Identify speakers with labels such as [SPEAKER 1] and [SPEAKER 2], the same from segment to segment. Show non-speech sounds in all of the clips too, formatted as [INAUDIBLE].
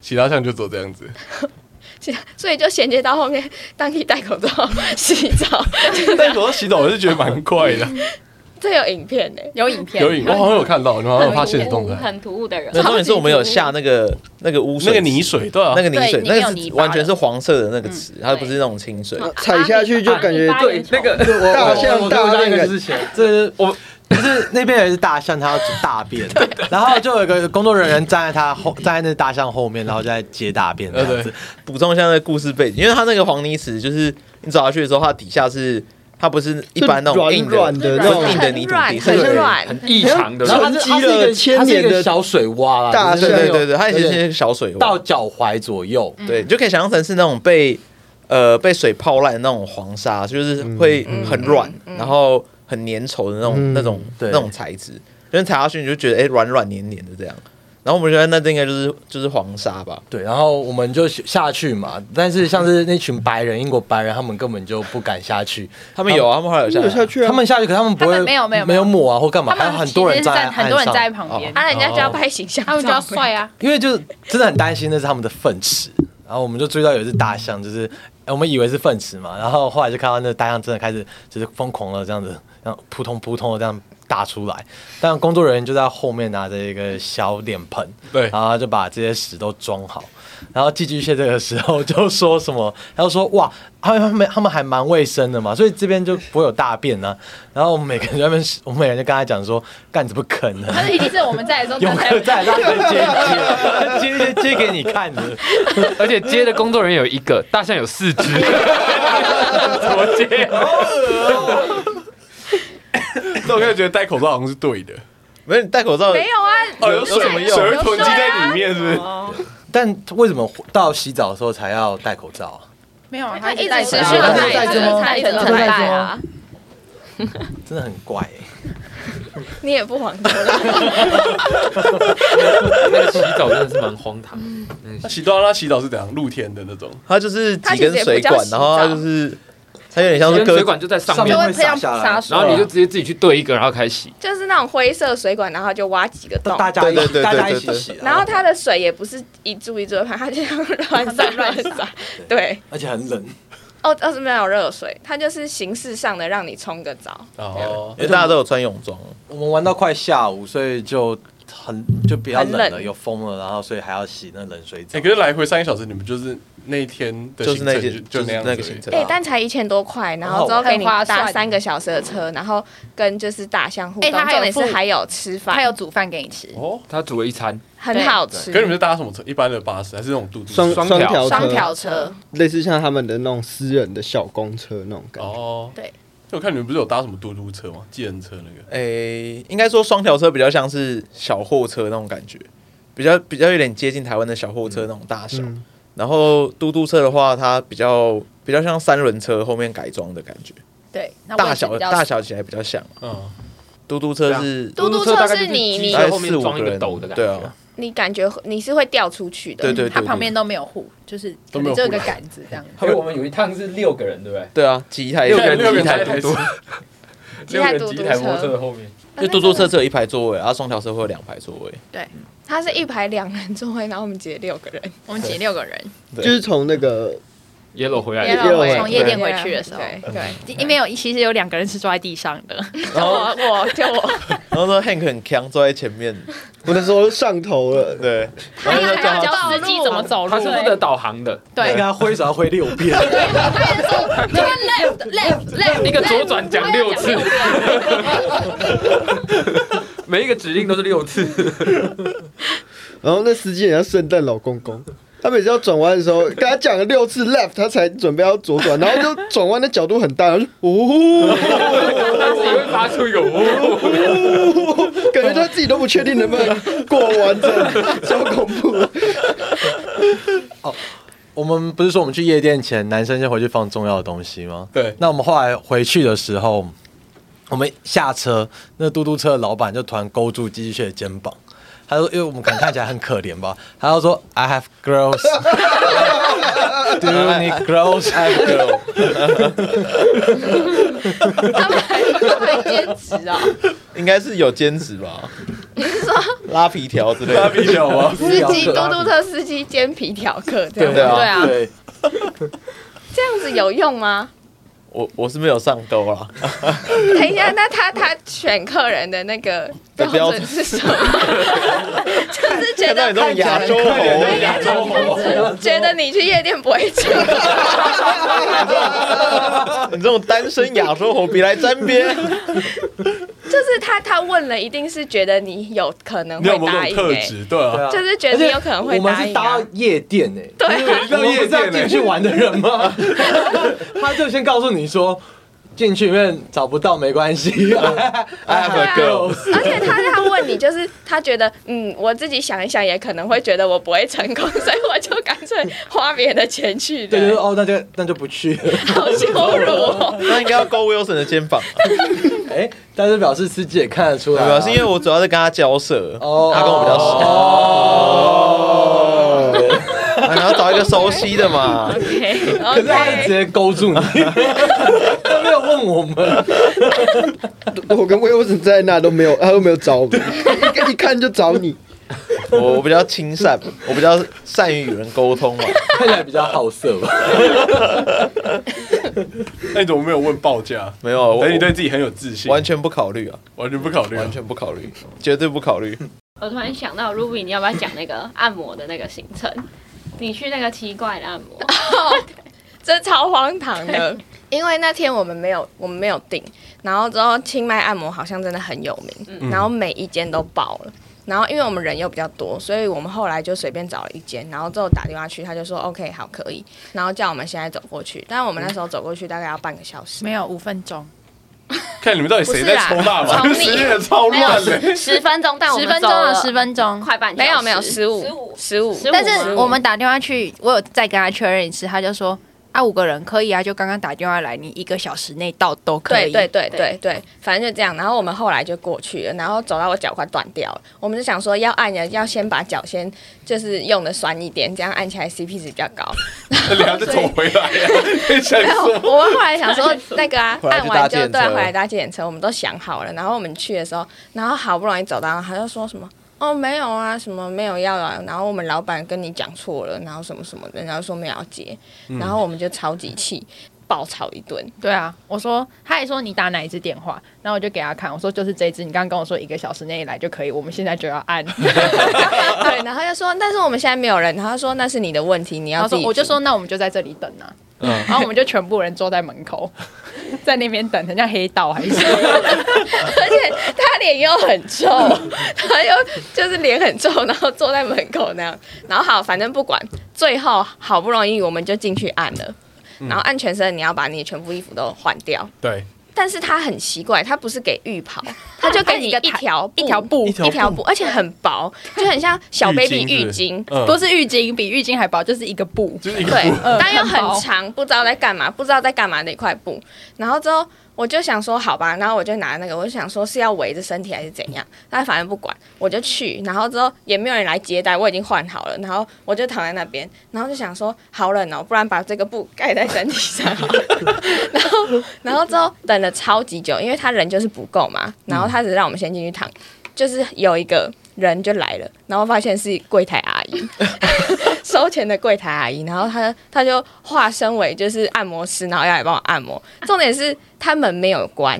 [SPEAKER 1] 其他项就走这样
[SPEAKER 2] [LAUGHS]
[SPEAKER 1] 子。
[SPEAKER 3] [LAUGHS] 所以就衔接到后面，当你戴口罩 [LAUGHS] 洗澡， [LAUGHS]
[SPEAKER 1] 但走到洗澡，我是觉得蛮快
[SPEAKER 2] [LAUGHS]
[SPEAKER 1] 的。
[SPEAKER 3] 这有影片呢、
[SPEAKER 2] 有影片，
[SPEAKER 1] 有影，我好像有看到，我好像有发现
[SPEAKER 2] 很突
[SPEAKER 1] 动
[SPEAKER 2] 兀
[SPEAKER 1] 态，
[SPEAKER 2] 很突兀的人
[SPEAKER 4] [LAUGHS] 那，重点是我们有下那个那个污水，
[SPEAKER 1] 那个泥水对啊，
[SPEAKER 4] 那个泥水，
[SPEAKER 2] 对里面
[SPEAKER 4] 那
[SPEAKER 2] 有
[SPEAKER 4] 个
[SPEAKER 2] 泥
[SPEAKER 4] 是
[SPEAKER 2] 巴的
[SPEAKER 4] 完全是黄色的那个池，它
[SPEAKER 2] 对
[SPEAKER 4] 不是那种清水。
[SPEAKER 5] [LAUGHS] 踩下去就感觉
[SPEAKER 2] 啊
[SPEAKER 6] 对，那个
[SPEAKER 5] 我大象
[SPEAKER 6] 我
[SPEAKER 5] 大
[SPEAKER 6] 我
[SPEAKER 5] 便
[SPEAKER 6] 那个事情，这是我就是那边有一只大象，它要大便，然后就有一个工作人员站在它后，站在那大象后面，然后就在接大便这样子。
[SPEAKER 4] 补充一下那个故事背景，因为它那个黄泥池就是你走下去的时候，它底下是它不是一般那种硬
[SPEAKER 5] 软软的
[SPEAKER 4] 不
[SPEAKER 5] 那
[SPEAKER 4] 是
[SPEAKER 5] 种
[SPEAKER 4] 硬的泥土地，
[SPEAKER 3] 很
[SPEAKER 4] 是有
[SPEAKER 3] 软，
[SPEAKER 7] 很异常的，
[SPEAKER 5] 然后它是沉积了千年的
[SPEAKER 7] 它是一个小水洼啦，
[SPEAKER 5] 大
[SPEAKER 4] 啊对
[SPEAKER 5] 象
[SPEAKER 4] 对对对，它
[SPEAKER 7] 它
[SPEAKER 4] 其实是小水
[SPEAKER 7] 到
[SPEAKER 4] 洼，
[SPEAKER 7] 脚踝左右，
[SPEAKER 3] 嗯
[SPEAKER 4] 对，你就可以想象成是那种被呃被水泡烂的那种黄沙，就是会很软，然后很粘稠的那种
[SPEAKER 5] 嗯
[SPEAKER 4] 那种
[SPEAKER 7] 对
[SPEAKER 4] 那种材质，就是踩下去你就觉得哎软软黏黏的这样。然后我们觉得那这应该就是就是黄沙吧，
[SPEAKER 7] 对，然后我们就下去嘛。但是像是那群白人，英国白人，他们根本就不敢下去，
[SPEAKER 4] 他们有啊，他们后来有下来
[SPEAKER 5] 有。下去啊，
[SPEAKER 7] 他们下去，可他们不
[SPEAKER 2] 他
[SPEAKER 7] 会，
[SPEAKER 2] 们没有没有
[SPEAKER 7] 没有抹啊或干嘛，
[SPEAKER 2] 他
[SPEAKER 7] 还有
[SPEAKER 2] 们
[SPEAKER 7] 很
[SPEAKER 2] 其
[SPEAKER 7] 多
[SPEAKER 2] 实
[SPEAKER 7] 人
[SPEAKER 2] 是
[SPEAKER 7] 在
[SPEAKER 2] 很多人
[SPEAKER 7] 岸上
[SPEAKER 2] 在旁边，
[SPEAKER 3] 啊，人家就要拍形象照，
[SPEAKER 2] 他们就要帅 [LAUGHS] 啊，
[SPEAKER 7] 因为就是真的很担心那是他们的粪池，然后我们就注意到有一只大象，就是呃我们以为是粪池嘛，然后后来就看到那大象真的开始就是疯狂的这样子，然后扑通扑通的这样大出来，但工作人员就在后面拿着一个小脸盆，
[SPEAKER 4] [LAUGHS]
[SPEAKER 1] 对
[SPEAKER 4] 啊
[SPEAKER 7] 然后他就把这些屎都装好。然后寄居蟹这个时候就说什么， [LAUGHS] 他就说哇，他们他们他们还蛮卫生的嘛，所以这边就不会有大便呢、然后我们每个人就在那边，我们每个人就跟他讲说，干怎么可能？ [LAUGHS]
[SPEAKER 2] 但是一定是我们在的时候，
[SPEAKER 7] 有
[SPEAKER 2] 他才
[SPEAKER 7] 客在，让人接一接，接一接接给你看的。 [LAUGHS]
[SPEAKER 6] 而且接的工作人员有一个，大象有四只，
[SPEAKER 4] [LAUGHS]
[SPEAKER 6] 怎么接？
[SPEAKER 1] [LAUGHS] 但我现在觉得戴口罩好像是对的。
[SPEAKER 4] 没有你戴口罩，
[SPEAKER 2] 没有啊，
[SPEAKER 1] 哦，有
[SPEAKER 4] 有什么用
[SPEAKER 1] 水会囤积在里面，是不是？
[SPEAKER 7] 但为什么到洗澡的时候才要戴口罩啊？
[SPEAKER 2] 没有啊，
[SPEAKER 3] 他
[SPEAKER 2] 他
[SPEAKER 3] 一直
[SPEAKER 2] 在
[SPEAKER 3] 持
[SPEAKER 2] 身
[SPEAKER 3] 续
[SPEAKER 2] 上
[SPEAKER 3] 的
[SPEAKER 5] 戴着吗
[SPEAKER 3] 戴着
[SPEAKER 2] 戴着啊
[SPEAKER 3] 戴戴啊，
[SPEAKER 7] 真的很怪欸
[SPEAKER 3] 你也不遑多
[SPEAKER 2] [LAUGHS]
[SPEAKER 3] 让。
[SPEAKER 6] 那个洗澡真的是蛮荒唐
[SPEAKER 4] 嗯
[SPEAKER 6] 的。
[SPEAKER 2] 啊
[SPEAKER 1] 那洗澡，那啊洗澡是怎样？露天的那种，
[SPEAKER 4] 它就是几根
[SPEAKER 3] 它其
[SPEAKER 4] 水
[SPEAKER 3] 实也不叫
[SPEAKER 4] 管，
[SPEAKER 3] 洗澡
[SPEAKER 4] 然后它就是它有点像是
[SPEAKER 6] 跟
[SPEAKER 4] 鸽
[SPEAKER 6] 水
[SPEAKER 4] 子，
[SPEAKER 6] 管就在上
[SPEAKER 7] 上
[SPEAKER 6] 面
[SPEAKER 7] 面，
[SPEAKER 3] 会
[SPEAKER 7] 洒
[SPEAKER 3] 像
[SPEAKER 7] 下
[SPEAKER 3] 洒
[SPEAKER 7] 来，
[SPEAKER 3] 水
[SPEAKER 6] 然后你就直接自己去对一个，然后开始洗。
[SPEAKER 3] 就是那种灰色水管，然后就挖几个洞，
[SPEAKER 2] 啊
[SPEAKER 7] 大家一
[SPEAKER 4] 对
[SPEAKER 7] 起
[SPEAKER 4] 对对对对
[SPEAKER 7] 大家一起洗啊，
[SPEAKER 3] 然后它的水也不是一注一注的排，它就这样乱洒乱洒。对，
[SPEAKER 7] 而且很冷，
[SPEAKER 3] 哦，倒是没有热水，它就是形式上的让你冲个澡。
[SPEAKER 1] 哦，
[SPEAKER 4] 因为大家都有穿泳装，
[SPEAKER 7] 我们玩到快下午，所以就很就比较冷
[SPEAKER 3] 很
[SPEAKER 7] 了，
[SPEAKER 3] 冷
[SPEAKER 7] 有风了，然后所以还要洗那冷水澡
[SPEAKER 1] 哎，可。是来回三个小时，你们就是那一天的
[SPEAKER 4] 就是那
[SPEAKER 1] 行程
[SPEAKER 4] 些
[SPEAKER 1] 就
[SPEAKER 4] 就是
[SPEAKER 1] 那样
[SPEAKER 4] 那
[SPEAKER 1] 子
[SPEAKER 4] 个
[SPEAKER 1] 而已
[SPEAKER 4] 行程啊
[SPEAKER 2] 啊
[SPEAKER 3] 哎、。但才一千多块，然
[SPEAKER 2] 哦
[SPEAKER 3] 后之后给你搭三个小时的车，然后跟就是大象互动，
[SPEAKER 2] 哎它还
[SPEAKER 3] 重
[SPEAKER 2] 有
[SPEAKER 3] 点
[SPEAKER 2] 附
[SPEAKER 3] 是还有吃饭，
[SPEAKER 2] 他有煮饭给你吃，
[SPEAKER 1] 哦，
[SPEAKER 6] 他煮了一餐，
[SPEAKER 3] 很好吃
[SPEAKER 1] 可。是你们是搭什么车？一般的巴士还是那种嘟嘟车
[SPEAKER 5] 双
[SPEAKER 6] 双
[SPEAKER 5] 双
[SPEAKER 6] 条
[SPEAKER 5] 条
[SPEAKER 2] 双
[SPEAKER 5] 车，
[SPEAKER 2] 条车，
[SPEAKER 5] 类似像他们的那种私人的小公车那种感觉。
[SPEAKER 1] 哦，
[SPEAKER 2] 对。
[SPEAKER 1] 我看你们不是有搭什么嘟嘟车吗？计程车那个，
[SPEAKER 4] 诶，应该说双条车比较像是小货车那种感觉，比较比较有点接近台湾的小货车那种大小。
[SPEAKER 5] 嗯，
[SPEAKER 4] 然后嘟嘟车的话，它比较比较像三轮车后面改装的感觉，
[SPEAKER 2] 对，那
[SPEAKER 4] 大
[SPEAKER 2] 位置
[SPEAKER 4] 小
[SPEAKER 2] 比较
[SPEAKER 4] 大小起来比较像。啊
[SPEAKER 1] 嗯，
[SPEAKER 4] 嘟嘟车是
[SPEAKER 3] 嘟嘟车是你你
[SPEAKER 6] 大概
[SPEAKER 4] 大概
[SPEAKER 6] 后面
[SPEAKER 4] 四五
[SPEAKER 6] 装一
[SPEAKER 4] 个
[SPEAKER 6] 个
[SPEAKER 4] 人
[SPEAKER 6] 斗的感觉。
[SPEAKER 4] 对啊，
[SPEAKER 3] 你感觉你是会掉出去的，
[SPEAKER 4] 对对对，
[SPEAKER 2] 它
[SPEAKER 4] 对
[SPEAKER 2] 旁边都没有护，就是
[SPEAKER 1] 都没有护
[SPEAKER 2] 只有个杆子这样。
[SPEAKER 6] 因为我们有一趟是六个人，对不对？
[SPEAKER 4] 对啊，几台
[SPEAKER 6] 六个人
[SPEAKER 1] 六个
[SPEAKER 6] 挤
[SPEAKER 1] 人
[SPEAKER 6] 一台
[SPEAKER 1] 挤一台
[SPEAKER 6] 嘟嘟，
[SPEAKER 3] 一台嘟嘟车
[SPEAKER 6] 的后面。
[SPEAKER 4] 就嘟嘟车只有一排座位，然后啊双条车会有两排座位。
[SPEAKER 3] 它是一排两人座位，然后我们挤六个人，
[SPEAKER 2] [LAUGHS] 我们挤六个人，
[SPEAKER 4] 对
[SPEAKER 5] 就是从那个
[SPEAKER 6] Yellow 回来
[SPEAKER 5] 夜
[SPEAKER 6] 了，
[SPEAKER 5] 店回
[SPEAKER 2] 从夜店回去的时候，
[SPEAKER 3] 对啊对，
[SPEAKER 2] 因为有其实有两个人是坐在地上的，
[SPEAKER 3] 就
[SPEAKER 2] [LAUGHS]
[SPEAKER 3] 我我就我，
[SPEAKER 4] 然后说 Hank 很强，坐在前面，
[SPEAKER 5] 我那时候上头了，
[SPEAKER 4] 对，
[SPEAKER 3] 他
[SPEAKER 4] 然后就叫
[SPEAKER 2] 教
[SPEAKER 4] 他
[SPEAKER 2] 司机怎么走路，
[SPEAKER 6] 他是负责导航的，
[SPEAKER 7] 那个
[SPEAKER 2] 对，
[SPEAKER 4] 啊
[SPEAKER 7] 他挥手要挥六
[SPEAKER 4] [LAUGHS]
[SPEAKER 7] 遍，
[SPEAKER 6] [LAUGHS]
[SPEAKER 2] left left left，
[SPEAKER 6] 一个左转讲六次，每一个指令都是六
[SPEAKER 3] [LAUGHS]
[SPEAKER 6] 次。
[SPEAKER 5] 然后那司机很像圣诞老公公，他每次要转弯的时候，跟他讲了六次 left，他才准备要左转，然后就转弯的角度很大，然后就哦，
[SPEAKER 6] 他自己会发出一个呜，
[SPEAKER 5] 感觉他自己都不确定能不能过完这，超恐怖。
[SPEAKER 7] 我们不是说我们去夜店前，男生先回去放重要的东西吗？
[SPEAKER 1] 对
[SPEAKER 7] [LAUGHS] 那我们后来回去的时候，我们下车，那嘟嘟车的老板就突然勾住寄居蟹的肩膀，他说：“因为我们可能看起来很可怜吧。”他就说：“I have
[SPEAKER 3] [LAUGHS]
[SPEAKER 7] girls, do you
[SPEAKER 4] 啊
[SPEAKER 7] need girls? I have girls。
[SPEAKER 3] 他们还他们还兼职哦，
[SPEAKER 4] 应该是有兼职吧？”
[SPEAKER 3] 你是说
[SPEAKER 4] 拉皮条之类
[SPEAKER 1] 拉
[SPEAKER 4] 的。
[SPEAKER 1] 皮条吗？
[SPEAKER 3] 司机嘟嘟车司机兼皮条客这样
[SPEAKER 4] 对
[SPEAKER 3] 吗？
[SPEAKER 4] 啊
[SPEAKER 2] 对啊，
[SPEAKER 7] 对，
[SPEAKER 3] 这样子有用吗？
[SPEAKER 4] 我我是没有上钩啊
[SPEAKER 2] [LAUGHS]
[SPEAKER 4] 啦，
[SPEAKER 3] 等一下，那他他选客人的那个
[SPEAKER 4] 的标
[SPEAKER 3] 标
[SPEAKER 4] 准
[SPEAKER 3] 准是什么？ [LAUGHS] 就是觉
[SPEAKER 4] 看到
[SPEAKER 3] 得
[SPEAKER 4] 你这种亚洲
[SPEAKER 1] 看起来
[SPEAKER 4] 猴
[SPEAKER 1] 就，亚洲红，
[SPEAKER 3] 觉得你去夜店不会去，
[SPEAKER 7] [LAUGHS]
[SPEAKER 4] 你这种单身亚洲猴，别来沾边。
[SPEAKER 2] [LAUGHS]
[SPEAKER 3] 就是他他问了，一定是觉得你有可能
[SPEAKER 1] 你有
[SPEAKER 3] 会
[SPEAKER 1] 某
[SPEAKER 3] 答
[SPEAKER 1] 种
[SPEAKER 3] 应、
[SPEAKER 1] 特
[SPEAKER 3] 欸，
[SPEAKER 1] 质，对啊，
[SPEAKER 3] 就是觉得你有可能会
[SPEAKER 7] 我们
[SPEAKER 3] 答
[SPEAKER 7] 是
[SPEAKER 3] 应、啊
[SPEAKER 7] 搭。夜店诶，
[SPEAKER 3] 对啊
[SPEAKER 7] 我们不是要进去玩的人吗？欸
[SPEAKER 3] [LAUGHS]
[SPEAKER 7] 他就先告诉你说，进去里面找不到没关系。
[SPEAKER 4] I
[SPEAKER 3] 对
[SPEAKER 4] have a
[SPEAKER 3] 啊
[SPEAKER 4] girl，
[SPEAKER 3] 而且他他问你，就是他觉得，嗯，我自己想一想，也可能会觉得我不会成功，所以我就干脆花别人的钱去
[SPEAKER 7] 对，就是
[SPEAKER 3] 的，
[SPEAKER 7] 哦，那就那就不去。
[SPEAKER 3] 好羞辱哦！
[SPEAKER 4] 那应该要勾 Wilson 的肩膀，啊
[SPEAKER 7] 哎，但是表示司机也看得出
[SPEAKER 4] 对
[SPEAKER 7] 来
[SPEAKER 4] 吧？
[SPEAKER 7] 啊，
[SPEAKER 4] 是因为我主要是跟他交涉，
[SPEAKER 7] 哦
[SPEAKER 4] 他跟我比较熟
[SPEAKER 7] 哦，
[SPEAKER 4] 啊然后找一个熟悉的嘛。
[SPEAKER 7] 可是他是直
[SPEAKER 3] OK，
[SPEAKER 7] 接勾住你，他没有问我们。
[SPEAKER 5] 我跟魏 i l 在那都没有，他都没有找我们，一看就找你。
[SPEAKER 4] [LAUGHS] 我我比较亲善，我比较善于与人沟通嘛。
[SPEAKER 7] 看起来比较好色吧？
[SPEAKER 1] 那你怎么没有问报价？
[SPEAKER 4] 没有，啊我
[SPEAKER 1] 等你对自己很有自信，
[SPEAKER 4] 完全不考虑啊，
[SPEAKER 1] 完全不考虑啊，
[SPEAKER 4] 完全不考虑，绝对不考虑。
[SPEAKER 8] 我突然想到，Ruby，你要不要讲那个按摩的那个行
[SPEAKER 2] [LAUGHS]
[SPEAKER 8] 程？你去那个奇怪的按摩，
[SPEAKER 3] 这超荒唐的。因为那天我们没有，我们没有订，然后之后清迈按摩好像真的很有名，然后每一间都爆了。然后因为我们人又比较多，所以我们后来就随便找了一间，然后之后打电话去，他就说 OK 好可以，然后叫我们现在走过去。但我们那时候走过去大概要半个小时，
[SPEAKER 2] 没有五分钟，
[SPEAKER 1] 看你们到底谁在抽大麻， [LAUGHS]
[SPEAKER 3] 不是啦从你
[SPEAKER 1] 时间也超
[SPEAKER 8] 没有
[SPEAKER 1] 乱
[SPEAKER 8] [LAUGHS]
[SPEAKER 1] 的。
[SPEAKER 8] 十十分钟，但我
[SPEAKER 2] 十
[SPEAKER 8] 们
[SPEAKER 2] 分
[SPEAKER 8] 走
[SPEAKER 2] 钟啊，
[SPEAKER 8] 了
[SPEAKER 2] 十分钟。
[SPEAKER 8] 快半小
[SPEAKER 3] 没
[SPEAKER 8] 时
[SPEAKER 3] 有没有十五
[SPEAKER 8] 15
[SPEAKER 3] 十五，
[SPEAKER 8] 15
[SPEAKER 2] 但
[SPEAKER 8] 吗
[SPEAKER 2] 是我们打电话去，我有再跟他确认一次，他就说啊五个人可以啊，就刚刚打电话来，你一个小时内到都可
[SPEAKER 3] 对
[SPEAKER 2] 以。
[SPEAKER 3] 对对对
[SPEAKER 8] 对
[SPEAKER 3] 对，反正就这样。然后我们后来就过去了，然后走到我脚快断掉了，我们就想说要按的要先把脚先就是用的酸一点，这样按起来 CP 值比较高。
[SPEAKER 1] 你还再走回来啊？你想
[SPEAKER 3] 没有，
[SPEAKER 1] 说
[SPEAKER 3] 我们后来想
[SPEAKER 4] [LAUGHS]
[SPEAKER 3] 说那个啊，
[SPEAKER 4] 回来就
[SPEAKER 3] 按完
[SPEAKER 4] 搭
[SPEAKER 3] 就
[SPEAKER 4] 计程
[SPEAKER 3] 对，
[SPEAKER 4] 车
[SPEAKER 3] 回来搭计程车，我们都想好了。然后我们去的时候，然后好不容易走到，他就说什么。哦，没有啊，什么没有要啊，然后我们老板跟你讲错了，然后什么什么的，然后说没有要接，
[SPEAKER 4] 嗯
[SPEAKER 3] 然后我们就超级气，爆吵一顿。 [LAUGHS]
[SPEAKER 9] 对啊，我说，他还说你打哪一支电话，然后我就给他看，我说就是这一支，你刚刚跟我说一个小时内来就可以，我们现在就要按。
[SPEAKER 3] 对，然后就说，但是我们现在没有人，然后他说那是你的问题，你
[SPEAKER 9] 然
[SPEAKER 3] 要
[SPEAKER 9] 后
[SPEAKER 3] 自
[SPEAKER 9] 说
[SPEAKER 3] 己
[SPEAKER 9] 我就
[SPEAKER 3] 提
[SPEAKER 9] 说那我们就在这里等啊，
[SPEAKER 6] 嗯
[SPEAKER 9] 然后我们就全部人坐在门口， [LAUGHS] 在那边等，很像黑道还是什么？
[SPEAKER 3] [LAUGHS] 而且他脸又很臭，他又就是脸很臭，然后坐在门口那样。然后好，反正不管，最后好不容易我们就进去按了，
[SPEAKER 1] 嗯
[SPEAKER 3] 然后按全身，你要把你全部衣服都换掉。
[SPEAKER 1] 对，
[SPEAKER 3] 但是他很奇怪，他不是给浴袍，他就给你一条一条布
[SPEAKER 1] 一条布
[SPEAKER 3] 一条布，而且很薄，就很像小 baby
[SPEAKER 1] 浴
[SPEAKER 3] 浴
[SPEAKER 1] 巾是
[SPEAKER 3] 巾。
[SPEAKER 1] 不是嗯
[SPEAKER 9] 不是浴巾，比浴巾还薄，就是一个布。
[SPEAKER 1] 就是一个
[SPEAKER 3] 对，
[SPEAKER 9] 嗯
[SPEAKER 3] 但又
[SPEAKER 9] 很薄
[SPEAKER 3] 很长，不知道在干嘛，不知道在干嘛的一块布。然后之后我就想说，好吧，然后我就拿那个，我就想说是要围着身体还是怎样，但反正不管，我就去。然后之后也没有人来接待，我已经换好了，然后我就躺在那边，然后就想说好冷哦，不然把这个布盖在身体上好了。然后然后之后等了超级久，因为他人就是不够嘛，然后他只是让我们先进去躺，就是有一个。人就来了，然后发现是柜台阿姨， [LAUGHS] 收钱的柜台阿姨，然后她她就化身为就是按摩师，然后要来帮我按摩。重点是他门没有关。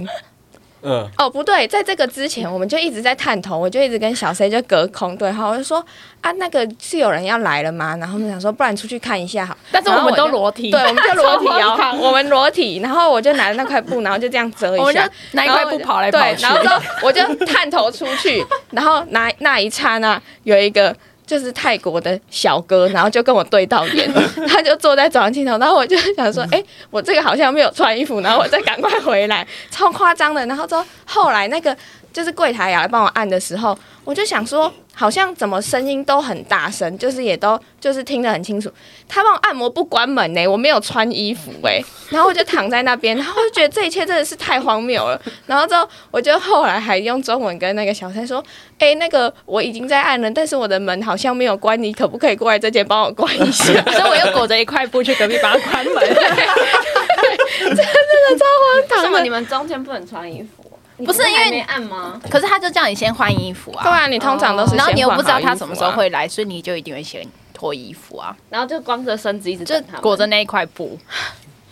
[SPEAKER 1] 嗯，
[SPEAKER 3] 哦，不对，在这个之前，我们就一直在探头，我就一直跟小 C 就隔空对话，我就说啊，那个是有人要来了吗？然后我们想说，不然出去看一下好。
[SPEAKER 9] 但是
[SPEAKER 3] 然
[SPEAKER 9] 我
[SPEAKER 3] 后
[SPEAKER 9] 们都
[SPEAKER 3] 就
[SPEAKER 9] 裸体，
[SPEAKER 3] 对，我们就裸体
[SPEAKER 9] [LAUGHS] 超荒
[SPEAKER 3] 哦
[SPEAKER 9] 唐，
[SPEAKER 3] 我们裸体，然后我就拿着那块布，然后就这样
[SPEAKER 2] [LAUGHS]
[SPEAKER 3] 折一下，
[SPEAKER 9] 我们就拿一块布跑来跑去
[SPEAKER 3] 然后我就对，然后之后我就探头出去， [LAUGHS] 然后那那一刹那有一个。就是泰国的小哥，然后就跟我对到
[SPEAKER 9] [LAUGHS]
[SPEAKER 3] 眼，他就坐在走廊镜头，然后我就想说，哎、我这个好像没有穿衣服，然后我再赶快回来，超夸张的。然后之后后来那个就是柜台啊也来帮我按的时候，我就想说，好像怎么声音都很大声，就是也都就是听得很清楚，他帮我按摩不关门呢、我没有穿衣服哎、 [LAUGHS] 然后我就躺在那边，然后我就觉得这一切真的是太荒谬了。然后之后，我就后来还用中文跟那个小三说：“哎、那个我已经在按了，但是我的门好像没有关，你可不可以过来这间帮我关一下？” [LAUGHS]
[SPEAKER 9] 所以我又裹着一块布去隔壁帮他关门。
[SPEAKER 3] 真的超荒
[SPEAKER 8] 为什
[SPEAKER 3] 唐
[SPEAKER 8] 么你
[SPEAKER 3] 的。
[SPEAKER 8] 们中间不能穿衣服？你
[SPEAKER 2] 不是因为
[SPEAKER 8] 还没按吗？
[SPEAKER 2] [LAUGHS] 可是他就叫你先换衣服啊，
[SPEAKER 3] 对啊，你通常都是、
[SPEAKER 2] 然后你又不知道他什么时候，会来，所以你就一定会先脱衣服啊，
[SPEAKER 8] 然后就光着身子一直
[SPEAKER 2] 就
[SPEAKER 8] 等他们
[SPEAKER 2] 裹着那一块布，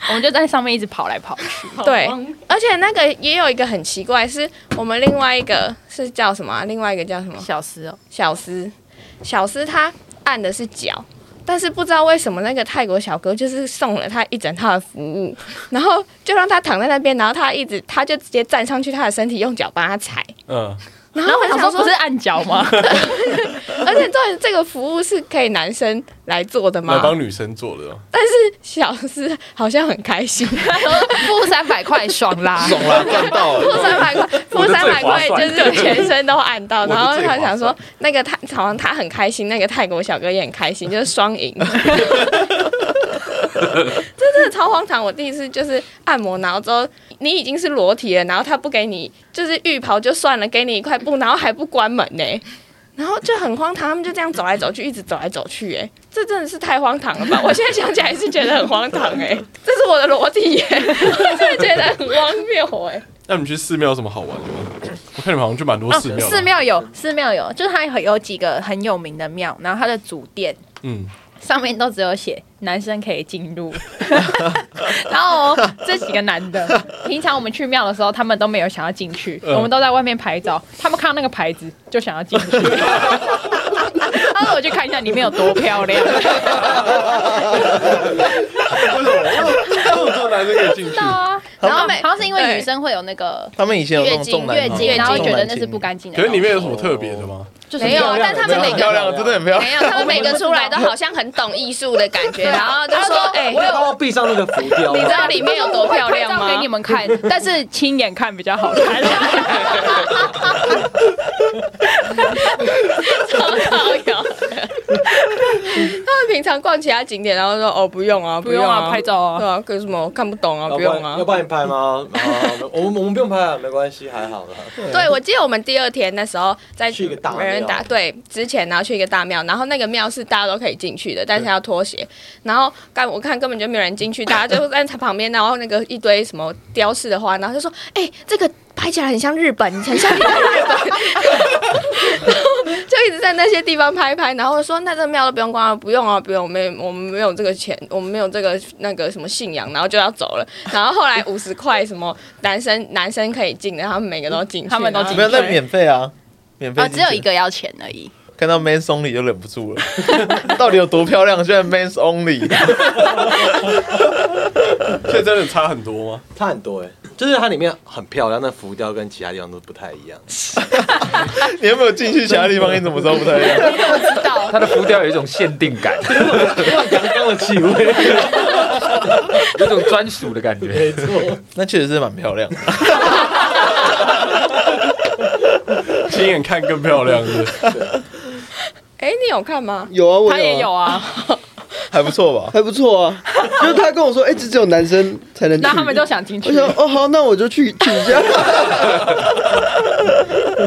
[SPEAKER 2] 我们就在上面一直跑来跑去。
[SPEAKER 8] 好
[SPEAKER 3] 对
[SPEAKER 8] 光 [LAUGHS]
[SPEAKER 3] 而且那个也有一个很奇怪，是我们另外一个是叫什么啊、另外一个叫什么？
[SPEAKER 2] 小时哦，
[SPEAKER 3] 小司，小司他按的是脚，但是不知道为什么那个泰国小哥就是送了他一整套的服务，然后就让他躺在那边，然后他一直他就直接站上去他的身体，用脚帮他踩。
[SPEAKER 1] 嗯，
[SPEAKER 3] 然后我
[SPEAKER 2] [LAUGHS] 他
[SPEAKER 3] 想
[SPEAKER 2] 说
[SPEAKER 3] 说
[SPEAKER 2] 不是，按脚吗？
[SPEAKER 3] 而且这这个服务是可以男生来做的
[SPEAKER 1] 来
[SPEAKER 3] 吗？
[SPEAKER 1] 帮女生做的哦，
[SPEAKER 3] 但是小司好像很开心，
[SPEAKER 2] 付三百块爽啦，
[SPEAKER 4] 懂了，赚到
[SPEAKER 3] 付
[SPEAKER 4] 了。
[SPEAKER 3] 三百块，付
[SPEAKER 1] 我的
[SPEAKER 3] 三
[SPEAKER 1] 最
[SPEAKER 3] 百
[SPEAKER 1] 划
[SPEAKER 3] 块
[SPEAKER 1] 算
[SPEAKER 3] 就是全身都按到，
[SPEAKER 1] 我的
[SPEAKER 3] 然后
[SPEAKER 1] 最
[SPEAKER 3] 他
[SPEAKER 1] 划
[SPEAKER 3] 想说
[SPEAKER 1] 算
[SPEAKER 3] 那个泰好像他很开心，那个泰国小哥也很开心，就是双
[SPEAKER 1] [LAUGHS]
[SPEAKER 3] 赢。这真的超荒唐！我第一次就是按摩，然后之后你已经是裸体了，然后他不给你就是浴袍就算了，给你一块布，然后还不关门呢、然后就很荒唐，他们就这样走来走去，一直走来走去、哎，这真的是太荒唐了吧！我现在想起来是觉得很荒唐、哎，这是我的裸体、耶， [LAUGHS] 我真的觉得很荒谬、哎。
[SPEAKER 1] 那你们去寺庙有什么好玩的吗？我看你们好像去蛮多寺庙的，
[SPEAKER 2] [LAUGHS] 哦寺庙有，寺庙有，就是它有有几个很有名的庙，然后它的主殿
[SPEAKER 1] 嗯，
[SPEAKER 2] 上面都只有写
[SPEAKER 9] 男生可以进入， [LAUGHS] 然后这几个男的，平常我们去庙的时候，他们都没有想要进去，
[SPEAKER 1] 嗯
[SPEAKER 9] 我们都在外面拍照，他们看到那个牌子就想要进去。 [LAUGHS] 他说：“我去看一下里面有多漂亮。
[SPEAKER 1] 为什么？为什么做男生可以进去？”
[SPEAKER 2] 然后每
[SPEAKER 3] 他
[SPEAKER 2] 好像是因为
[SPEAKER 3] 对
[SPEAKER 2] 女生会有那个
[SPEAKER 4] 他们以前有那
[SPEAKER 2] 月
[SPEAKER 4] 种
[SPEAKER 2] 经
[SPEAKER 4] 重，男
[SPEAKER 2] 月
[SPEAKER 4] 轻
[SPEAKER 2] 经，然后觉得那是
[SPEAKER 4] 重男轻
[SPEAKER 2] 不干净的
[SPEAKER 1] 可
[SPEAKER 2] 东
[SPEAKER 1] 是
[SPEAKER 2] 西。
[SPEAKER 1] 里面有什么特别的吗？
[SPEAKER 2] 就是
[SPEAKER 3] 没有啊，但他们每
[SPEAKER 4] 漂
[SPEAKER 3] 个
[SPEAKER 4] 亮，真的很漂亮。
[SPEAKER 3] 没有，哦他们每个出来都好像很懂艺术的感觉，然
[SPEAKER 9] 啊
[SPEAKER 3] 后就说：“哎、
[SPEAKER 6] 我有帮我闭上那个浮雕
[SPEAKER 3] 你知
[SPEAKER 6] 啊，
[SPEAKER 3] 道里面有多漂亮
[SPEAKER 9] 我
[SPEAKER 3] 吗？”
[SPEAKER 9] 给你们看，但是亲眼看比较好 [LAUGHS] 看。啊
[SPEAKER 3] 超高调的。他们平常逛其哎他景点，然后说：“哦，不用啊，
[SPEAKER 9] 不
[SPEAKER 3] 用
[SPEAKER 9] 用啊，拍照啊
[SPEAKER 3] 对。啊，可是什么看不懂啊，不用啊
[SPEAKER 7] 哦要。帮你拍吗？啊，我们我们不用拍了，没关系，还好啦。
[SPEAKER 3] 对，我记得我们第二天那时候在
[SPEAKER 7] 去一个大庙
[SPEAKER 3] 美人打对之前，然后去一个大庙，然后那个庙是大家都可以进去的，但是要脱鞋。然后干我看根本就没有人进去，大家就在他旁边，然后那个一堆什么雕饰的花，然后就说：“哎、这个拍起来很像日本，很像日 [LAUGHS] 本。”然后就一直在那些地方拍拍，然后说：“那这庙都不用关了，不用啊，不用，我们我们没有这个钱，我们没有这个那个什么信仰，然后就要走了。”然后后来 [LAUGHS] 五十块什么男生男生可以进的，他们每个都进去，
[SPEAKER 9] 他们都
[SPEAKER 3] 然后
[SPEAKER 9] 进
[SPEAKER 4] 没有，那免费啊，免费
[SPEAKER 2] 哎哦，
[SPEAKER 4] 进
[SPEAKER 2] 只
[SPEAKER 4] 去。
[SPEAKER 2] 有一个要钱而已。
[SPEAKER 4] 看到 Man's Only 就忍不住了， [LAUGHS] 到底有多漂亮？居然 Man's Only， [LAUGHS]
[SPEAKER 1] 所以真的差很多吗？
[SPEAKER 7] 它很多哎，就是它里面很漂亮，那浮雕跟其他地方都不太一样。
[SPEAKER 4] 你有没有进去其他地方？你怎么知道不太一样？
[SPEAKER 10] 它的浮雕有一种限定
[SPEAKER 4] [LAUGHS]
[SPEAKER 10] 感，
[SPEAKER 7] 阳刚的气
[SPEAKER 6] [LAUGHS]
[SPEAKER 7] 味，
[SPEAKER 10] 有一种专属的感觉。
[SPEAKER 4] 那确实是蛮漂亮的。
[SPEAKER 1] 亲眼看更漂亮是不是？
[SPEAKER 3] 哎、你有看吗？
[SPEAKER 5] 有啊，我
[SPEAKER 9] 他也
[SPEAKER 5] 有
[SPEAKER 9] 有
[SPEAKER 5] 啊， [LAUGHS]
[SPEAKER 9] 啊，
[SPEAKER 4] 还不错吧？
[SPEAKER 5] 还不错啊。就是他跟我说，哎，这只有男生才能去。
[SPEAKER 9] 那他们就想进去
[SPEAKER 5] 我。想，哦，好，那我就去去一下。
[SPEAKER 1] [LAUGHS]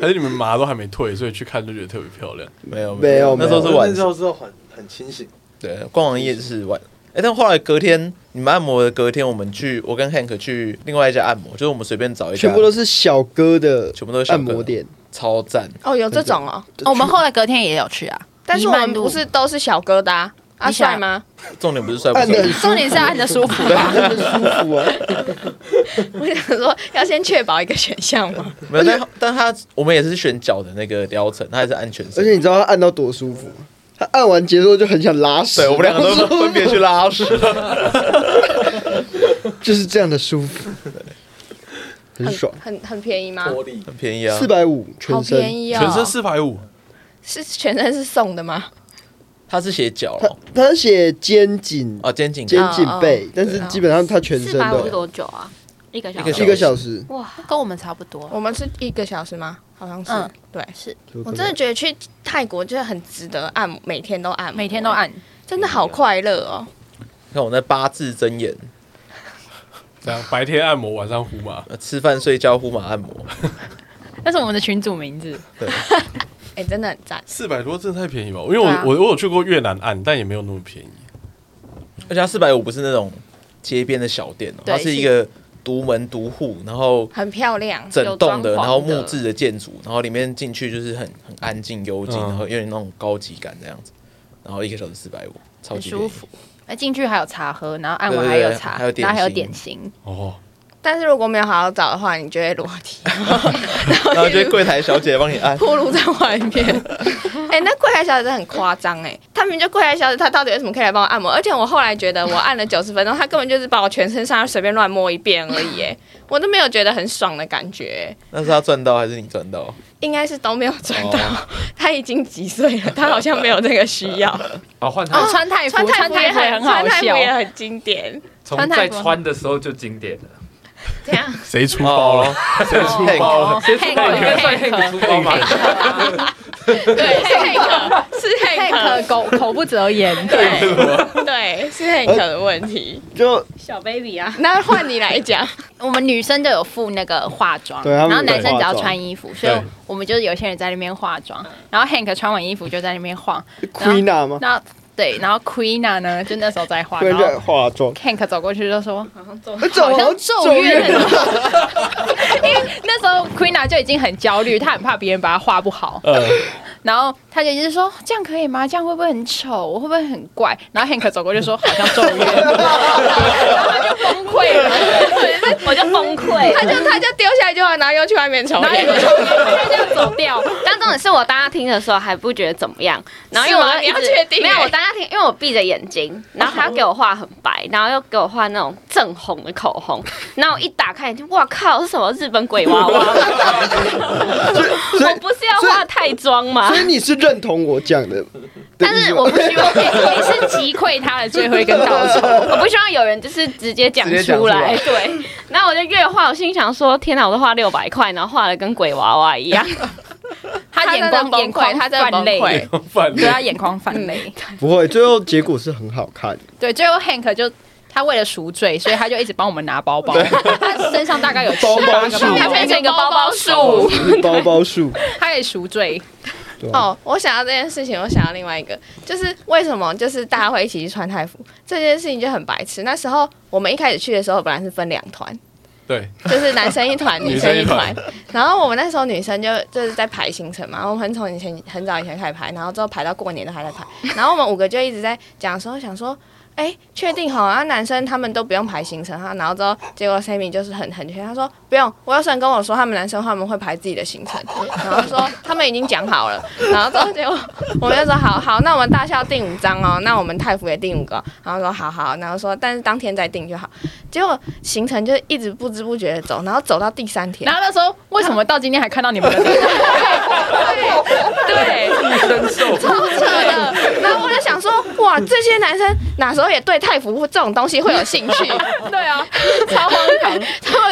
[SPEAKER 1] 还是你们麻都还没退，所以去看就觉得特别漂亮？
[SPEAKER 4] 没有
[SPEAKER 5] 没有
[SPEAKER 4] 那时候是晚
[SPEAKER 7] 那时
[SPEAKER 4] 上，
[SPEAKER 7] 候是很很清醒。
[SPEAKER 4] 对，逛完夜市晚。哎，但后来隔天你们按摩的隔天，我们去，我跟 Hank 去另外一家按摩，就是我们随便找一家，
[SPEAKER 5] 全部都是小哥的，
[SPEAKER 4] 全部都是小
[SPEAKER 5] 按
[SPEAKER 4] 哥的
[SPEAKER 5] 摩店。
[SPEAKER 4] 超赞。
[SPEAKER 3] 哦，有这种哦，
[SPEAKER 2] 哦我们后来隔天也有去啊，
[SPEAKER 3] 但是我们不是都是小哥的啊？啊，
[SPEAKER 2] 你想
[SPEAKER 3] 帅吗？ [LAUGHS]
[SPEAKER 4] 重点不是帅不
[SPEAKER 5] 按的
[SPEAKER 4] 帅
[SPEAKER 5] 很，
[SPEAKER 2] 重点是按的舒服吧？
[SPEAKER 5] 很舒服啊。
[SPEAKER 3] 我想说要先确保一个选项嘛。
[SPEAKER 4] 没有，但但他我们也是选脚的那个疗程，他也是安全
[SPEAKER 5] 而
[SPEAKER 4] 身。
[SPEAKER 5] 且你知道他按到多舒服吗？他按完结束就很想拉屎。
[SPEAKER 4] 对，我们两个都分别去拉屎。
[SPEAKER 5] 就是这样的舒服，很爽，
[SPEAKER 3] 很很便宜吗？
[SPEAKER 4] 很便
[SPEAKER 5] [LAUGHS]
[SPEAKER 4] 宜啊，
[SPEAKER 5] 四百五
[SPEAKER 3] 好
[SPEAKER 5] 全身。
[SPEAKER 3] 便宜哦！
[SPEAKER 1] 全身四百五，
[SPEAKER 3] 是全身是送的吗？
[SPEAKER 4] 他是写脚
[SPEAKER 5] 他他是写肩颈、
[SPEAKER 4] 哦，肩颈
[SPEAKER 5] 肩
[SPEAKER 3] 啊
[SPEAKER 5] 颈背，但是基本上他全身
[SPEAKER 8] 四百五
[SPEAKER 5] 都
[SPEAKER 8] 是多久啊？一个小
[SPEAKER 4] 一
[SPEAKER 8] 时。
[SPEAKER 5] 一个小时。
[SPEAKER 8] 哇，
[SPEAKER 2] 跟我们差不多。
[SPEAKER 3] 我们是一个小时吗？好像是。
[SPEAKER 2] 嗯
[SPEAKER 3] 对，
[SPEAKER 5] 我
[SPEAKER 3] 我真的觉得去泰国就是很值得按摩，每天都按摩，
[SPEAKER 9] 每天都
[SPEAKER 2] [LAUGHS]
[SPEAKER 9] 按，
[SPEAKER 3] 真的好快乐哦。
[SPEAKER 4] 看我那八字真言，
[SPEAKER 1] 这样白天按摩，晚上呼麻，
[SPEAKER 4] 呃吃饭、睡觉、呼麻、按摩，
[SPEAKER 9] 那是我们的群主名字。
[SPEAKER 3] 哎，真的很赞。
[SPEAKER 1] 四百多真的太便宜吧？因为我、
[SPEAKER 3] 对啊
[SPEAKER 1] 我我有去过越南按，但也没有那么便宜。
[SPEAKER 4] 而且它四百五不是那种街边的小店哦，
[SPEAKER 2] 对
[SPEAKER 4] 它是一个独门独户，然后
[SPEAKER 3] 很漂亮，
[SPEAKER 4] 整栋的，
[SPEAKER 3] 有装潢
[SPEAKER 4] 然后木质的建筑，然后里面进去就是很很安静幽静，
[SPEAKER 1] 嗯
[SPEAKER 4] 然后有点那种高级感这样子，然后一个小时四百五，超级
[SPEAKER 2] 舒
[SPEAKER 4] 便宜
[SPEAKER 2] 服。那哎进去还有茶喝，然后按完
[SPEAKER 4] 对对
[SPEAKER 2] 还有
[SPEAKER 4] 对
[SPEAKER 2] 茶，
[SPEAKER 4] 还有点
[SPEAKER 2] 然后还有
[SPEAKER 4] 心
[SPEAKER 2] 点心。
[SPEAKER 1] 哦，
[SPEAKER 3] 但是如果没有好好找的话，你就会裸
[SPEAKER 4] [LAUGHS]
[SPEAKER 3] 体，
[SPEAKER 4] [LAUGHS] 然
[SPEAKER 3] 然
[SPEAKER 4] 后
[SPEAKER 3] 后
[SPEAKER 4] 就
[SPEAKER 3] 就是
[SPEAKER 4] 柜台小姐帮你按， [LAUGHS]
[SPEAKER 3] 暴露在外面。哎、那柜台小姐真的很夸张哎，他们就柜台小姐，她到底为什么可以来帮我按摩？而且我后来觉得，我按了九十分钟，她根本就是把我全身上下随便乱摸一遍而已
[SPEAKER 4] [LAUGHS]
[SPEAKER 3] 哎，我都没有觉得很爽的感觉哎，
[SPEAKER 4] 那是他赚到还是你赚
[SPEAKER 2] [LAUGHS]
[SPEAKER 4] 到？
[SPEAKER 3] 应该是都没有赚到。
[SPEAKER 4] 哦
[SPEAKER 3] 她已经几岁了，她好像没有这个需要。
[SPEAKER 10] 哦，换
[SPEAKER 9] 哦，
[SPEAKER 10] 他
[SPEAKER 9] 穿太服，
[SPEAKER 3] 穿太
[SPEAKER 9] 穿
[SPEAKER 3] 服也
[SPEAKER 9] 太服也很
[SPEAKER 3] 很，
[SPEAKER 9] 好
[SPEAKER 3] 穿太服
[SPEAKER 9] 笑。
[SPEAKER 3] 也很经典。
[SPEAKER 10] 从
[SPEAKER 9] 穿太
[SPEAKER 10] 在
[SPEAKER 9] 多
[SPEAKER 10] 穿的时候就经典了，
[SPEAKER 8] 这样
[SPEAKER 1] 谁出包
[SPEAKER 3] 哦
[SPEAKER 1] 了？
[SPEAKER 10] 谁
[SPEAKER 2] 哦
[SPEAKER 10] 出包了？谁出包？你们算 Hank 出包吗？
[SPEAKER 3] 对，是 Hank，是 Hank，
[SPEAKER 9] Hank 口口不择言，
[SPEAKER 3] 对对，是 Hank 的问题。
[SPEAKER 5] 就
[SPEAKER 8] 小 baby 啊，
[SPEAKER 3] 那换你来 [LAUGHS] 讲，
[SPEAKER 2] 我们女生都有附那个化妆，
[SPEAKER 5] 对他
[SPEAKER 2] 然
[SPEAKER 5] 们
[SPEAKER 2] 后
[SPEAKER 5] 有
[SPEAKER 2] 男生
[SPEAKER 5] 化
[SPEAKER 2] 只要
[SPEAKER 5] 妆
[SPEAKER 2] 穿衣服，所以
[SPEAKER 1] 对
[SPEAKER 2] 我们就是有些人在那边化妆，然后 Hank 穿完衣服就在那边晃，
[SPEAKER 5] Queen 啊吗？
[SPEAKER 2] [LAUGHS] 那对，然后 Queena 呢就那时候在化，
[SPEAKER 5] 会
[SPEAKER 2] 然后
[SPEAKER 5] 在化妆，
[SPEAKER 2] Hank 走过去就说
[SPEAKER 8] 好像中
[SPEAKER 5] 走
[SPEAKER 2] 好像咒怨
[SPEAKER 5] 哦咒怨啊
[SPEAKER 2] 了， [LAUGHS] 因为那时候 Queena 就已经很焦虑，她很怕别人把她画不好，
[SPEAKER 1] 呃，
[SPEAKER 2] [LAUGHS] 然后她就一直说这样可以吗？这样会不会很丑？我会不会很怪？然后 Hank 走过去说好像咒怨， [LAUGHS] 然后她就崩溃了。 [LAUGHS]
[SPEAKER 8] 我就崩溃了
[SPEAKER 3] 他。就他就丢下来就好，然后又去外面抽
[SPEAKER 2] 然后
[SPEAKER 3] 烟
[SPEAKER 2] 有。个抽烟就这样走掉，
[SPEAKER 8] [LAUGHS] 但重点是我当下听的时候还不觉得怎么样，然后因为
[SPEAKER 3] 是吗
[SPEAKER 8] 我就一直
[SPEAKER 3] 你要确定欸
[SPEAKER 8] 没有，我当下听，因为我闭着眼睛，然后他给我画很白，然后又给我画那种正红的口红，然后我一打开眼睛，哇靠，是什么日本鬼娃娃？ [LAUGHS]
[SPEAKER 5] 所
[SPEAKER 8] 我
[SPEAKER 5] 以
[SPEAKER 8] 不是要画泰妆吗
[SPEAKER 5] 所？以你是认同我讲的，
[SPEAKER 8] 但是我不希望，
[SPEAKER 2] 你是击溃他的最后一根稻草。
[SPEAKER 8] 我不希望有人就是直接讲
[SPEAKER 4] 直接讲
[SPEAKER 8] 出
[SPEAKER 4] 出
[SPEAKER 8] 来
[SPEAKER 4] 来。
[SPEAKER 8] 对，然后我就越画，我心想说，天哪，我都花六百块，然后画的跟鬼娃娃一样。
[SPEAKER 2] 他眼
[SPEAKER 3] 真的
[SPEAKER 2] 光眼
[SPEAKER 3] 崩溃
[SPEAKER 2] 眶
[SPEAKER 3] 他真的
[SPEAKER 2] 泛
[SPEAKER 3] 崩
[SPEAKER 2] 泪
[SPEAKER 3] 溃，
[SPEAKER 1] 反
[SPEAKER 2] 对
[SPEAKER 1] 正
[SPEAKER 2] 他眼眶泛泪。
[SPEAKER 5] 不会，最后结果是很好看。
[SPEAKER 2] 对，最后 Hank 就他为了赎罪，所以他就一直帮我们拿包包。他身上大概有七
[SPEAKER 5] 包包
[SPEAKER 2] 八个
[SPEAKER 5] 树
[SPEAKER 2] 包
[SPEAKER 3] 他
[SPEAKER 2] 包，
[SPEAKER 3] 变成一个包包树。
[SPEAKER 5] 是包包树，
[SPEAKER 2] 他也赎罪。
[SPEAKER 5] 对吧？
[SPEAKER 3] 哦，我想到这件事情，我想到另外一个，就是为什么就是大家会一起去穿泰服这件事情就很白痴。那时候我们一开始去的时候，本来是分两团，
[SPEAKER 1] 对，
[SPEAKER 3] 就是男生一团， [LAUGHS] 女
[SPEAKER 1] 女
[SPEAKER 3] 生
[SPEAKER 1] 生
[SPEAKER 3] 一
[SPEAKER 1] 一团
[SPEAKER 3] 团。然后我们那时候女生就就是在排行程嘛，我们很从以前很早以前开始排，然后之后排到过年都还在排。然后我们五个就一直在讲说，想说，哎，确定好啊，男生他们都不用排行程啊哈。然后之后结果 Sammy 就是很很确定，他说不用，Wilson 跟我说他们男生他们会排自己的行程， [LAUGHS] 然后说他们已经讲好了。然后之后结果我们就说好好，那我们大校订五张哦，那我们泰服也订五个哦。然后说好好，然后说但是当天再订就好。结果行程就一直不知不觉的走，然后走到第三天
[SPEAKER 9] 然，后那时候为什么到今天还看到你们的？
[SPEAKER 3] 对，
[SPEAKER 10] [LAUGHS] 身受
[SPEAKER 3] 超扯的。然后我就想说，哇，这些男生哪时候也对泰服这种东西会有兴趣？
[SPEAKER 9] 对啊，超荒
[SPEAKER 3] [LAUGHS]
[SPEAKER 9] 唐。
[SPEAKER 3] 他们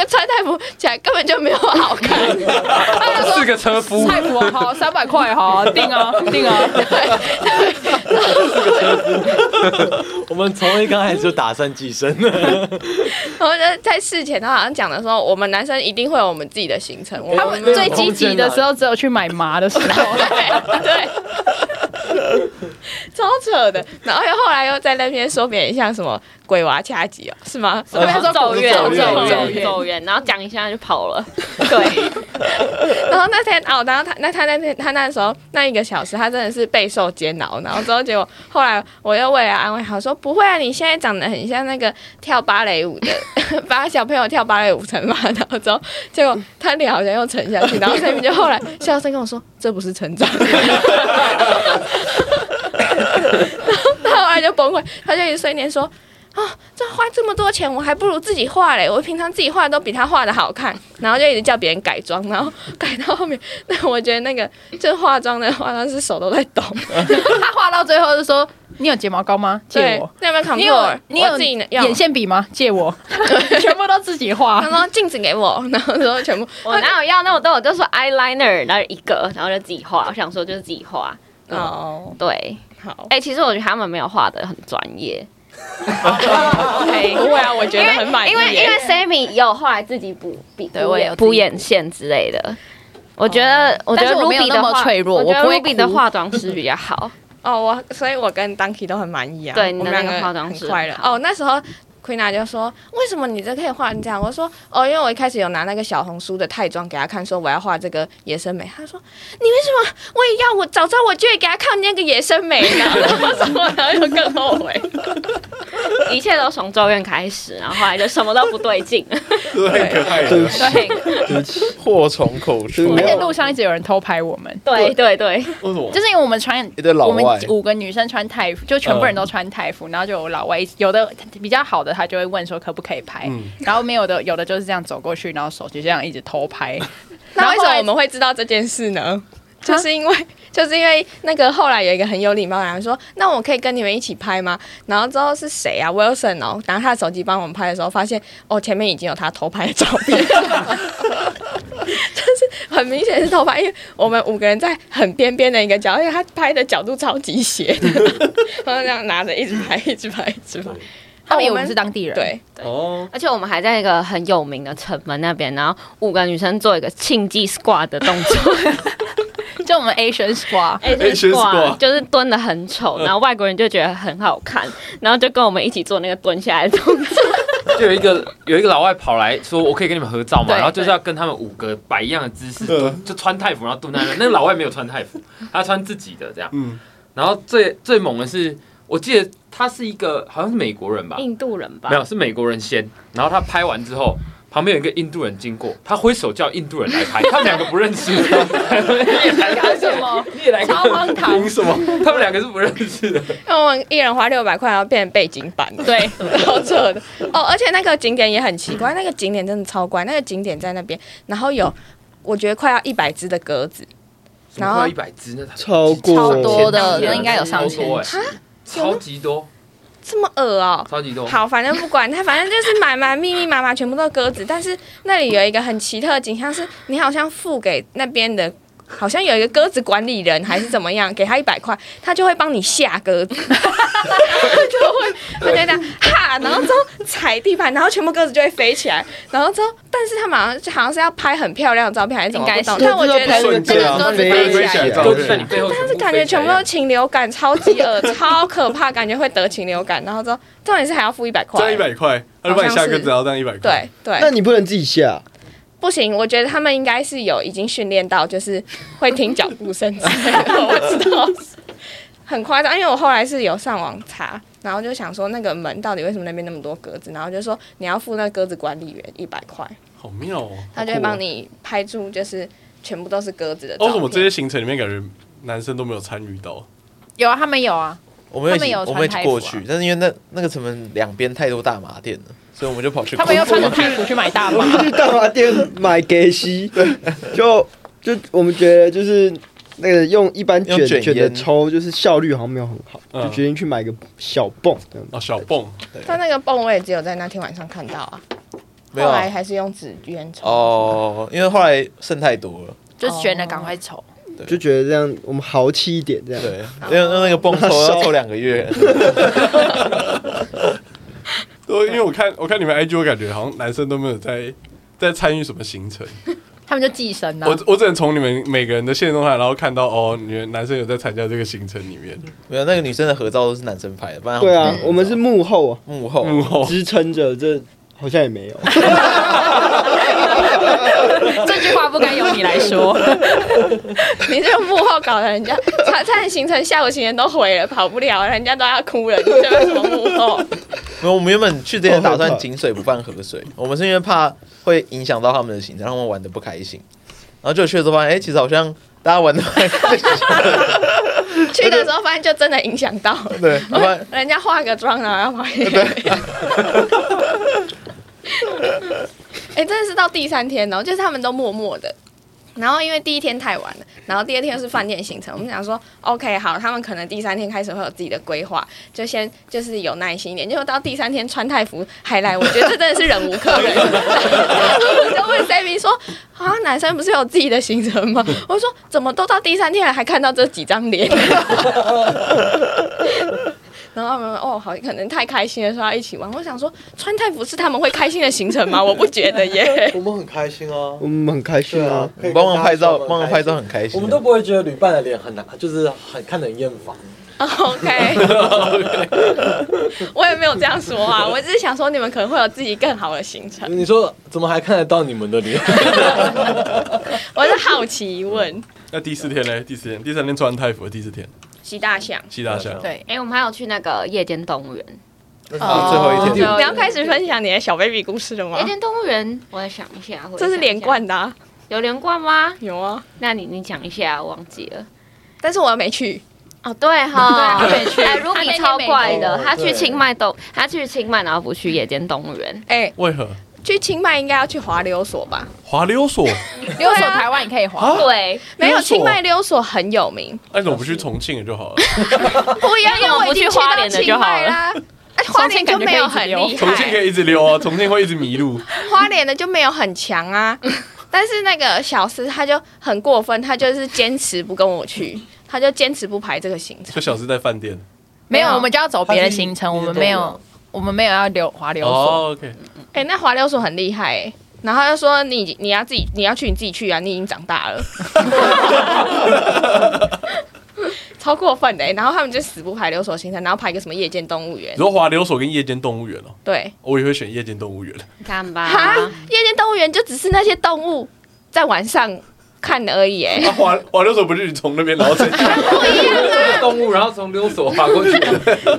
[SPEAKER 3] 穿泰服起来根本就没有好看。
[SPEAKER 9] 他
[SPEAKER 3] [LAUGHS]
[SPEAKER 9] 就说
[SPEAKER 10] 是啊个车夫，
[SPEAKER 9] 菜
[SPEAKER 2] 哦
[SPEAKER 9] 谱好，三百块好，定啊定啊。
[SPEAKER 2] 哦
[SPEAKER 6] 我们从一刚开始就打算寄生了，
[SPEAKER 3] 然后就在事前，他好像讲的说，我们男生一定会有我们自己的行程。我
[SPEAKER 9] 他
[SPEAKER 3] 们
[SPEAKER 9] 们最积极的时候只有去买麻的时候，
[SPEAKER 3] 对，超扯的。然后又后来又在那边说别人像什么鬼娃恰吉哦，是吗？
[SPEAKER 8] 我要说走远，
[SPEAKER 9] 走
[SPEAKER 8] 走
[SPEAKER 9] 远走
[SPEAKER 8] 远，
[SPEAKER 9] 远
[SPEAKER 8] 走远，然后讲一下就跑了。对，
[SPEAKER 3] 然后那天哦，然后他那他那天他那时候那一个小时，他真的是备受煎熬。然后之后结果后来我又为了安慰他说：“不会啊，你现在长得很像那个跳芭蕾舞的， [LAUGHS] 把小朋友跳芭蕾舞惩罚。”然后之后结果他脸好像又沉下去。然后 Sammy 就后来笑声跟我说：“这不是成长。” [LAUGHS] 然后他后来就崩溃，他就一直碎念说。啊、这花这么多钱，我还不如自己画嘞。我平常自己画都比他画的好看，然后就一直叫别人改妆，然后改到后面， [LAUGHS] 那我觉得那个就化妆的化妆师手都在抖。
[SPEAKER 2] 他画到最后就说：“你有睫毛膏吗？借
[SPEAKER 3] 对
[SPEAKER 2] 我。，
[SPEAKER 3] 那有没有
[SPEAKER 2] 你有
[SPEAKER 3] control？
[SPEAKER 2] 你
[SPEAKER 3] 我
[SPEAKER 2] 有
[SPEAKER 3] 自己拿要
[SPEAKER 2] 眼线笔吗？借
[SPEAKER 3] [LAUGHS]
[SPEAKER 2] 我。”全部都自己画
[SPEAKER 3] 他。说镜子给我， [LAUGHS] 然后说全部
[SPEAKER 8] [LAUGHS] 我哪有要那么多？我就说 eyeliner，然后一个，然后就自己画。我想说就是自己画。
[SPEAKER 3] 哦
[SPEAKER 8] 对，
[SPEAKER 3] 好，
[SPEAKER 8] 哎、其实我觉得他们没有画的很专业。OK，
[SPEAKER 3] [LAUGHS]
[SPEAKER 2] 哎
[SPEAKER 3] 不会啊，我觉得很满意
[SPEAKER 8] 哎因为因为
[SPEAKER 3] 耶。
[SPEAKER 8] Sammy 也有后来自己补补
[SPEAKER 2] 对我也有自己补
[SPEAKER 8] 补眼线之类的。我觉得，我觉
[SPEAKER 2] 但
[SPEAKER 8] 得
[SPEAKER 2] 是我没有
[SPEAKER 8] Ruby
[SPEAKER 2] 那
[SPEAKER 8] 的
[SPEAKER 2] 么
[SPEAKER 8] 化
[SPEAKER 2] 脆弱
[SPEAKER 8] 我觉
[SPEAKER 2] 我不
[SPEAKER 8] 得
[SPEAKER 2] 会
[SPEAKER 8] Ruby 的
[SPEAKER 2] 哭
[SPEAKER 8] 化妆师比较好。
[SPEAKER 3] 哦，我所以，我跟 Donkey 都很满意啊。
[SPEAKER 8] 对你
[SPEAKER 3] 我
[SPEAKER 8] 的
[SPEAKER 3] 们
[SPEAKER 8] 那
[SPEAKER 3] 两
[SPEAKER 8] 个
[SPEAKER 3] 个
[SPEAKER 8] 化妆师
[SPEAKER 3] 很快乐。
[SPEAKER 8] 很好
[SPEAKER 3] 哦，那时候 Queen a 就说：“为什么你这可以画成这样？”我说：“哦，因为我一开始有拿那个小红书的泰妆给他看，说我要画这个野生美。”他说：“你为什么我也要？我早知道我就会给他看那个野生美呢。”我说：“然后就更后悔。
[SPEAKER 8] 一切都从咒怨开始，然后后来就什么都不对劲了。
[SPEAKER 1] 很可
[SPEAKER 4] 哎
[SPEAKER 1] 爱
[SPEAKER 5] 对不
[SPEAKER 1] 的。
[SPEAKER 5] 起，
[SPEAKER 2] 对，
[SPEAKER 5] 对不起，
[SPEAKER 4] 祸从口出
[SPEAKER 2] 而
[SPEAKER 5] 没有
[SPEAKER 2] 且路上一直有人偷拍我们。
[SPEAKER 8] 对对对，
[SPEAKER 1] 为什么？
[SPEAKER 2] 就是因为我们穿
[SPEAKER 4] 一堆老
[SPEAKER 2] 我们
[SPEAKER 4] 外
[SPEAKER 2] 五个女生穿泰服，就全部人都穿泰服，然后就有老外一直，有的比较好的他就会问说可不可以拍，
[SPEAKER 1] 嗯
[SPEAKER 2] 然后没有的有的就是这样走过去，然后手机这样一直偷拍，
[SPEAKER 3] 那为什么
[SPEAKER 2] 后来啊
[SPEAKER 3] 我们会知道这件事呢？就是因为 [LAUGHS] 就是因为那个后来有一个很有礼貌的人说，那我可以跟你们一起拍吗？然后之后是谁啊？Wilson 哦，拿他的手机帮我们拍的时候，发现哦前面已经有他偷拍的照片， [LAUGHS] 就是很明显是偷拍，因为我们五个人在很边边的一个角，因为他拍的角度超级斜的， [LAUGHS] 然后这样拿着一直拍，一直拍，一直拍。
[SPEAKER 2] 他们以为
[SPEAKER 3] 哦我
[SPEAKER 2] 我们
[SPEAKER 3] 们
[SPEAKER 2] 是当地人，
[SPEAKER 3] 对，
[SPEAKER 1] 哦，
[SPEAKER 8] 而且我们还在一个很有名的城门那边，然后五个女生做一个庆忌 squat 的动作
[SPEAKER 2] 就我们 Asian squad，
[SPEAKER 10] [LAUGHS] 哎
[SPEAKER 8] ，Asian
[SPEAKER 1] squat
[SPEAKER 8] 哎就是蹲的很丑，然后外国人就觉得很好看， [LAUGHS] 然后就跟我们一起做那个蹲下来的动作。
[SPEAKER 10] 就有一个有一个老外跑来说，我可以跟你们合照嘛，
[SPEAKER 2] 对
[SPEAKER 10] 然后就是要跟他们五个摆一样的姿势，蹲就穿泰服，然后蹲在那边。那个老外没有穿泰服，他穿自己的这样。
[SPEAKER 1] 嗯，
[SPEAKER 10] 然后最最猛的是，我记得他是一个好像是美国人吧，
[SPEAKER 8] [LAUGHS] 印度人吧
[SPEAKER 10] 没，有是美国人先，然后他拍完之后。旁边有一个印度人经过，他挥手叫印度人来
[SPEAKER 2] [LAUGHS]
[SPEAKER 10] 拍，他们两个不认识，
[SPEAKER 2] 搞什么？
[SPEAKER 10] 你也来
[SPEAKER 2] 超荒唐，
[SPEAKER 1] 凭什么？
[SPEAKER 10] 他们两个是不认识的。
[SPEAKER 3] 因为我们一人花六百块，然后变成背景板的。
[SPEAKER 2] 对，
[SPEAKER 3] 超扯的哦！而且那个景点也很奇怪，那个景点真的超怪，那个景点在那边，然后有我觉得快要一百只的鸽子，然后
[SPEAKER 10] 一百只那
[SPEAKER 5] 超过
[SPEAKER 2] 超多的，
[SPEAKER 10] 那
[SPEAKER 2] 那应该有上千，
[SPEAKER 10] 哎，超级多，
[SPEAKER 3] 这么恶哦、
[SPEAKER 10] 超级多。
[SPEAKER 3] 好，反正不管它，反正就是满满密密麻麻，全部都是鸽子。但是那里有一个很奇特的景象，是你好像付给那边的，好像有一个鸽子管理人还是怎么样，给他一百块，他就会帮你下鸽子，他就会他就这样哈，然后之后踩地板，然后全部鸽子就会飞起来，然后之后，但是他们好像好像是要拍很漂亮的照片还是怎么，
[SPEAKER 2] 应该
[SPEAKER 3] 不懂
[SPEAKER 2] 是
[SPEAKER 3] 但我觉
[SPEAKER 5] 拍
[SPEAKER 3] 得
[SPEAKER 5] 啊那个
[SPEAKER 3] 这个鸽子飞
[SPEAKER 5] 飞
[SPEAKER 3] 起
[SPEAKER 5] 起
[SPEAKER 3] 来
[SPEAKER 5] 来。
[SPEAKER 1] 照
[SPEAKER 10] 都
[SPEAKER 1] 片
[SPEAKER 10] 在你背后全部飞起来，
[SPEAKER 3] 但是感觉全部都禽流感，超级恶，超可怕，感觉会得禽流感。然后之后，重点是还要付一百块，
[SPEAKER 1] 加一百块，他就帮你下个字，然后当一百块。
[SPEAKER 3] 对对。
[SPEAKER 5] 那你不能自己啊下，
[SPEAKER 3] 不行，我觉得他们应该是有已经训练到，就是会听脚步声之类的。我知道很夸张，因为我后来是有上网查，然后就想说那个门到底为什么那边那么多鸽子，然后就说你要付那鸽子管理员一百块，
[SPEAKER 1] 好妙哦！
[SPEAKER 3] 他就会帮你拍出就是全部都是鸽子的
[SPEAKER 1] 哦。
[SPEAKER 3] 照
[SPEAKER 1] 为什么这
[SPEAKER 3] 片。
[SPEAKER 1] 些行程里面感觉男生都没有参与到？
[SPEAKER 2] 有啊，他们有啊，
[SPEAKER 4] [LAUGHS] 我们一起
[SPEAKER 2] 他们有
[SPEAKER 4] 我们
[SPEAKER 2] 穿
[SPEAKER 4] 一起
[SPEAKER 2] 泰服啊
[SPEAKER 4] 过去，但是因为那那个城门两边太多大麻店了，所以我们就跑去。
[SPEAKER 2] 他们要穿着泰服去买大
[SPEAKER 5] 我
[SPEAKER 2] 麻，
[SPEAKER 5] [LAUGHS] 们去大麻店买给西，就就我们觉得就是那个用一般
[SPEAKER 4] 用
[SPEAKER 5] 卷
[SPEAKER 4] 卷
[SPEAKER 5] 卷的
[SPEAKER 4] 烟
[SPEAKER 5] 抽，就是效率好像没有很好，
[SPEAKER 1] 嗯
[SPEAKER 5] 就决定去买个小泵这样子。
[SPEAKER 1] 哦，小蹦，
[SPEAKER 3] 他那个泵我也只有在那天晚上看到啊，
[SPEAKER 4] 没有
[SPEAKER 3] 后来
[SPEAKER 4] 啊
[SPEAKER 3] 还是用纸烟抽。
[SPEAKER 4] 哦，因为后来剩太多了，
[SPEAKER 2] 就选了赶快抽。
[SPEAKER 5] 就觉得这样我们豪气一点，这样
[SPEAKER 4] 对，因为那个崩头要抽两个
[SPEAKER 5] [LAUGHS]
[SPEAKER 4] 月，
[SPEAKER 1] 对，因为我看我看你们 IG，我感觉好像男生都没有在在参与什么行程。
[SPEAKER 2] 他们就寄生啊了
[SPEAKER 3] 啊
[SPEAKER 1] 我，我只能从你们每个人的现动态，然后看到哦，你们男生有在参加这个行程里面，
[SPEAKER 4] 没有那个女生的合照都是男生拍的，
[SPEAKER 1] 哦
[SPEAKER 4] 不然
[SPEAKER 5] 对
[SPEAKER 1] 嗯
[SPEAKER 5] 啊，我们是幕后啊，
[SPEAKER 4] 幕后，
[SPEAKER 1] 幕后
[SPEAKER 5] 支撑着这好像也
[SPEAKER 1] [LAUGHS]
[SPEAKER 5] 没有，
[SPEAKER 2] 这句话不该由你来说。
[SPEAKER 3] 你这个幕后搞得人家差差点行程下午行程都毁了，跑不了，人家都要哭了，你这边什么幕后？
[SPEAKER 4] 没有，我们原本去之前打算井水不犯河
[SPEAKER 5] 哦
[SPEAKER 4] 水，我们是因为怕会影响到他们的行程，让他们玩的不开心。然后就去的时候发现，哎、其实好像大家玩的蛮开心。
[SPEAKER 3] 去的时候发现就真的影响到
[SPEAKER 5] [LAUGHS]
[SPEAKER 3] 了，
[SPEAKER 4] 对，然后发现
[SPEAKER 3] 人家化个妆然后要跑去。 [LAUGHS] 哎、真的是到第三天哦，就是他们都默默的。然后因为第一天太晚了，然后第二天又是饭店行程，我们想说 OK 好，他们可能第三天开始会有自己的规划，就先就是有耐心一点。结果到第三天穿泰服还来，我觉得这真的是忍无可忍。我就问 Sammy 说啊，男生不是有自己的行程吗？我说怎么都到第三天了还看到这几张脸？然后他们哦，好，可能太开心了，说要一起玩。我想说，穿泰服是他们会开心的行程吗？我不觉得耶。
[SPEAKER 7] 我们很开心啊，
[SPEAKER 5] 我们很开心
[SPEAKER 7] 对啊
[SPEAKER 5] 啊。，
[SPEAKER 4] 帮忙拍照，帮忙拍照，很开心。啊
[SPEAKER 7] 我们都不会觉得旅伴的脸很难，就是很看得很厌烦。
[SPEAKER 4] [LAUGHS]
[SPEAKER 3] OK，我也没有这样说啊，我只是想说你们可能会有自己更好的行程，
[SPEAKER 7] 你说怎么还看得到你们的脸？
[SPEAKER 3] 我是好奇疑问。
[SPEAKER 1] 那第四天嘞？第四天，第三天穿泰服的第四天，
[SPEAKER 3] 西大象，
[SPEAKER 1] 西大象。
[SPEAKER 2] 对，
[SPEAKER 8] 哎、我们还有去那个夜间动物园，
[SPEAKER 4] 啊，
[SPEAKER 7] 哦
[SPEAKER 4] 最后一
[SPEAKER 3] 你
[SPEAKER 4] 天，
[SPEAKER 3] 要开始分享你的小 baby 故事了吗
[SPEAKER 8] 夜？间动物园，我来想一下，我
[SPEAKER 3] 这是
[SPEAKER 8] 想一下
[SPEAKER 3] 连，贯的、啊，
[SPEAKER 8] 有连贯吗？
[SPEAKER 3] 有啊，
[SPEAKER 8] 那你你讲一下，我忘记了。
[SPEAKER 3] 但是我又没去，
[SPEAKER 8] 哦，对哈，
[SPEAKER 2] 对他没去
[SPEAKER 8] 哎，Ruby 超怪的，
[SPEAKER 6] 去
[SPEAKER 8] 他去清迈动，他去清迈，然后不去夜间动物园。
[SPEAKER 3] 哎、
[SPEAKER 1] 为何？
[SPEAKER 3] 去清迈应该要去滑溜索吧？
[SPEAKER 1] 滑溜
[SPEAKER 2] [LAUGHS]
[SPEAKER 1] 索？哎
[SPEAKER 2] 溜索台湾也可以滑，
[SPEAKER 8] 对，
[SPEAKER 3] 没有，
[SPEAKER 1] 溜索
[SPEAKER 3] 清迈溜索很有名，
[SPEAKER 1] 那你怎么不去重庆就好了？
[SPEAKER 3] 不一样，因为我已经去
[SPEAKER 8] 花
[SPEAKER 3] 到
[SPEAKER 8] 莲的
[SPEAKER 3] 清
[SPEAKER 8] 就好
[SPEAKER 3] 迈啦。哎花莲就没有很厉
[SPEAKER 1] 重庆可
[SPEAKER 3] 害，
[SPEAKER 1] 以一直
[SPEAKER 2] 哎
[SPEAKER 1] 溜啊，重庆会一直迷路。
[SPEAKER 3] 花莲的就没有很强啊。但是那个小司他就很过分，他就是坚持不跟我去，他就坚持不排这个行程。
[SPEAKER 1] 就小时在饭店。
[SPEAKER 2] 没有，
[SPEAKER 3] 没有
[SPEAKER 2] 我们就要走别的行程，我们没有，我们没有要溜滑 [LAUGHS] 溜索。
[SPEAKER 1] 哦，OK，
[SPEAKER 3] 哎、那滑溜索很厉害哎、然后他就说你你要自己你要去你自己去啊，你已经长大了， [LAUGHS] 超过分的、欸。然后他们就死不排溜索行程，然后排个什么夜间动物园
[SPEAKER 1] 你，说滑溜索跟夜间动物园哦，
[SPEAKER 3] 对，
[SPEAKER 1] 我也会选夜间动物园。
[SPEAKER 8] 你看
[SPEAKER 3] 哈
[SPEAKER 8] 吧，，
[SPEAKER 3] 夜间动物园就只是那些动物在晚上看而已、
[SPEAKER 2] 哎
[SPEAKER 3] 欸，
[SPEAKER 1] 那啊滑滑溜索不是你从那边然
[SPEAKER 2] [LAUGHS]
[SPEAKER 1] 后再
[SPEAKER 10] 动物，然后从溜索滑过去，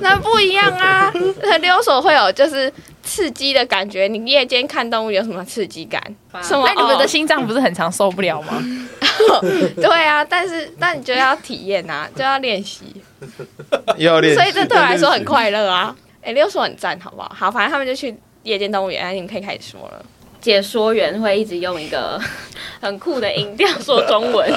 [SPEAKER 3] 那不一样啊。那溜索会有就是刺激的感觉，你夜间看动物有什么刺激感？ [LAUGHS] 什么？
[SPEAKER 2] [LAUGHS] 那你们
[SPEAKER 3] 哦
[SPEAKER 2] 的心脏不是很常受不了 [LAUGHS] 吗？
[SPEAKER 3] 对啊，但是那你就要体验啊，就要练习，
[SPEAKER 4] 又要练习，
[SPEAKER 3] 所以这对我来说很快乐啊。哎、溜索很赞，好不好？好，反正他们就去夜间动物园，你们可以开始说了。
[SPEAKER 8] 解说员会一直用一个 [LAUGHS] 很酷的音调说中文，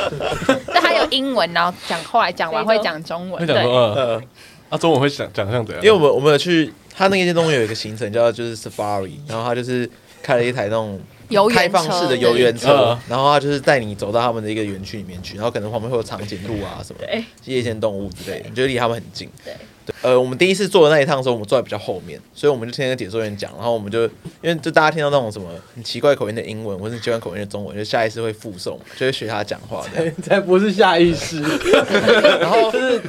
[SPEAKER 2] 但他有英文，然后讲后来讲完会讲中
[SPEAKER 1] 会
[SPEAKER 2] 文。
[SPEAKER 1] 讲说呃，
[SPEAKER 4] 呃，
[SPEAKER 1] 啊，中文会讲讲像怎样？
[SPEAKER 4] 因为我们我们有去他那个动物园有一个行程叫就是 Safari，然后他就是开了一台那种
[SPEAKER 2] 游
[SPEAKER 4] 开
[SPEAKER 2] 园
[SPEAKER 4] 放式的游园车
[SPEAKER 1] 嗯，
[SPEAKER 4] 然后他就是带你走到他们的一个园区里面去，然后可能旁边会有长颈鹿啊什么
[SPEAKER 8] 对
[SPEAKER 4] 夜间动物之类的，你觉得离他们很近。
[SPEAKER 8] 对
[SPEAKER 4] 对，呃，我们第一次坐的那一趟的时候，我们坐在比较后面，所以我们就听那个解说员讲，然后我们就因为就大家听到那种什么很奇怪口音的英文或是奇怪口音的中文，就下意识会附送，就会学他讲话这样。
[SPEAKER 7] 才不是下意识。然后就是，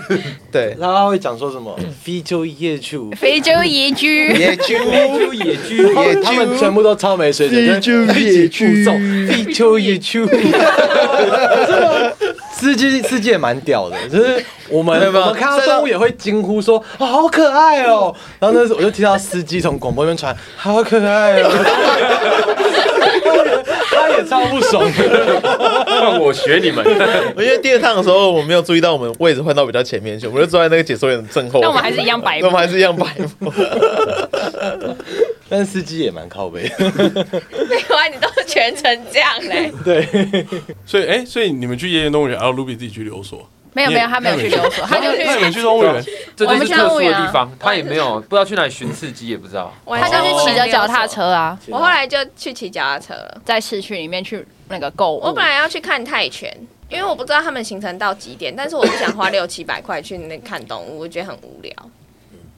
[SPEAKER 4] 对，
[SPEAKER 7] [LAUGHS] 然后他会讲说什么非洲野猪，
[SPEAKER 2] 非洲野居，
[SPEAKER 1] [LAUGHS]
[SPEAKER 4] 野猪，
[SPEAKER 10] 溜野居，
[SPEAKER 4] 野猪，
[SPEAKER 7] [LAUGHS] 他们全部都超没水准，
[SPEAKER 5] 非洲野猪
[SPEAKER 7] 就是一起附送非洲野猪。 [LAUGHS] 司机司机也蛮屌的，就是我们
[SPEAKER 4] 没有没有
[SPEAKER 7] 我们看到动物也会惊呼说啊、好可爱哦，然后那时候我就听到司机从广播那边传好可爱哦， [LAUGHS] 他也超不爽的， [LAUGHS]
[SPEAKER 10] 换我学
[SPEAKER 2] [LAUGHS]
[SPEAKER 10] 你们。
[SPEAKER 4] 我因为第二趟的时候，我没有注意到我们位置换到比较前面去，我们就坐在那个解说员的正后方。
[SPEAKER 2] 那我们还是一样白
[SPEAKER 4] 那我们还是一样白目。
[SPEAKER 7] 但是司机也蛮靠背的，
[SPEAKER 3] 没有啊，你都全程这样嘞，
[SPEAKER 7] 对。
[SPEAKER 1] 所以哎，所以你们去夜间动物园，然后 Ruby 自己去溜索，
[SPEAKER 2] 没有没有，他没有去
[SPEAKER 1] [LAUGHS]
[SPEAKER 2] 溜索，他就去
[SPEAKER 1] 那你们去动物
[SPEAKER 2] [LAUGHS]
[SPEAKER 1] 园，
[SPEAKER 10] 这
[SPEAKER 2] 我
[SPEAKER 10] 就
[SPEAKER 2] 们
[SPEAKER 10] 是
[SPEAKER 2] 去
[SPEAKER 10] 特
[SPEAKER 2] 动
[SPEAKER 10] 殊
[SPEAKER 2] 物
[SPEAKER 10] 的
[SPEAKER 2] 园啊
[SPEAKER 10] 地方，他也没有不知道去哪里寻刺激，也不知道。
[SPEAKER 3] 我
[SPEAKER 2] 他就去骑着脚踏。车啊，
[SPEAKER 3] 我后来就去骑脚踏车了。
[SPEAKER 2] 在市区里面去那个购物。
[SPEAKER 3] 我本来要去看泰拳，因为我不知道他们行程到几点，但是我不想花六七百块去那看动物，我觉得很无聊。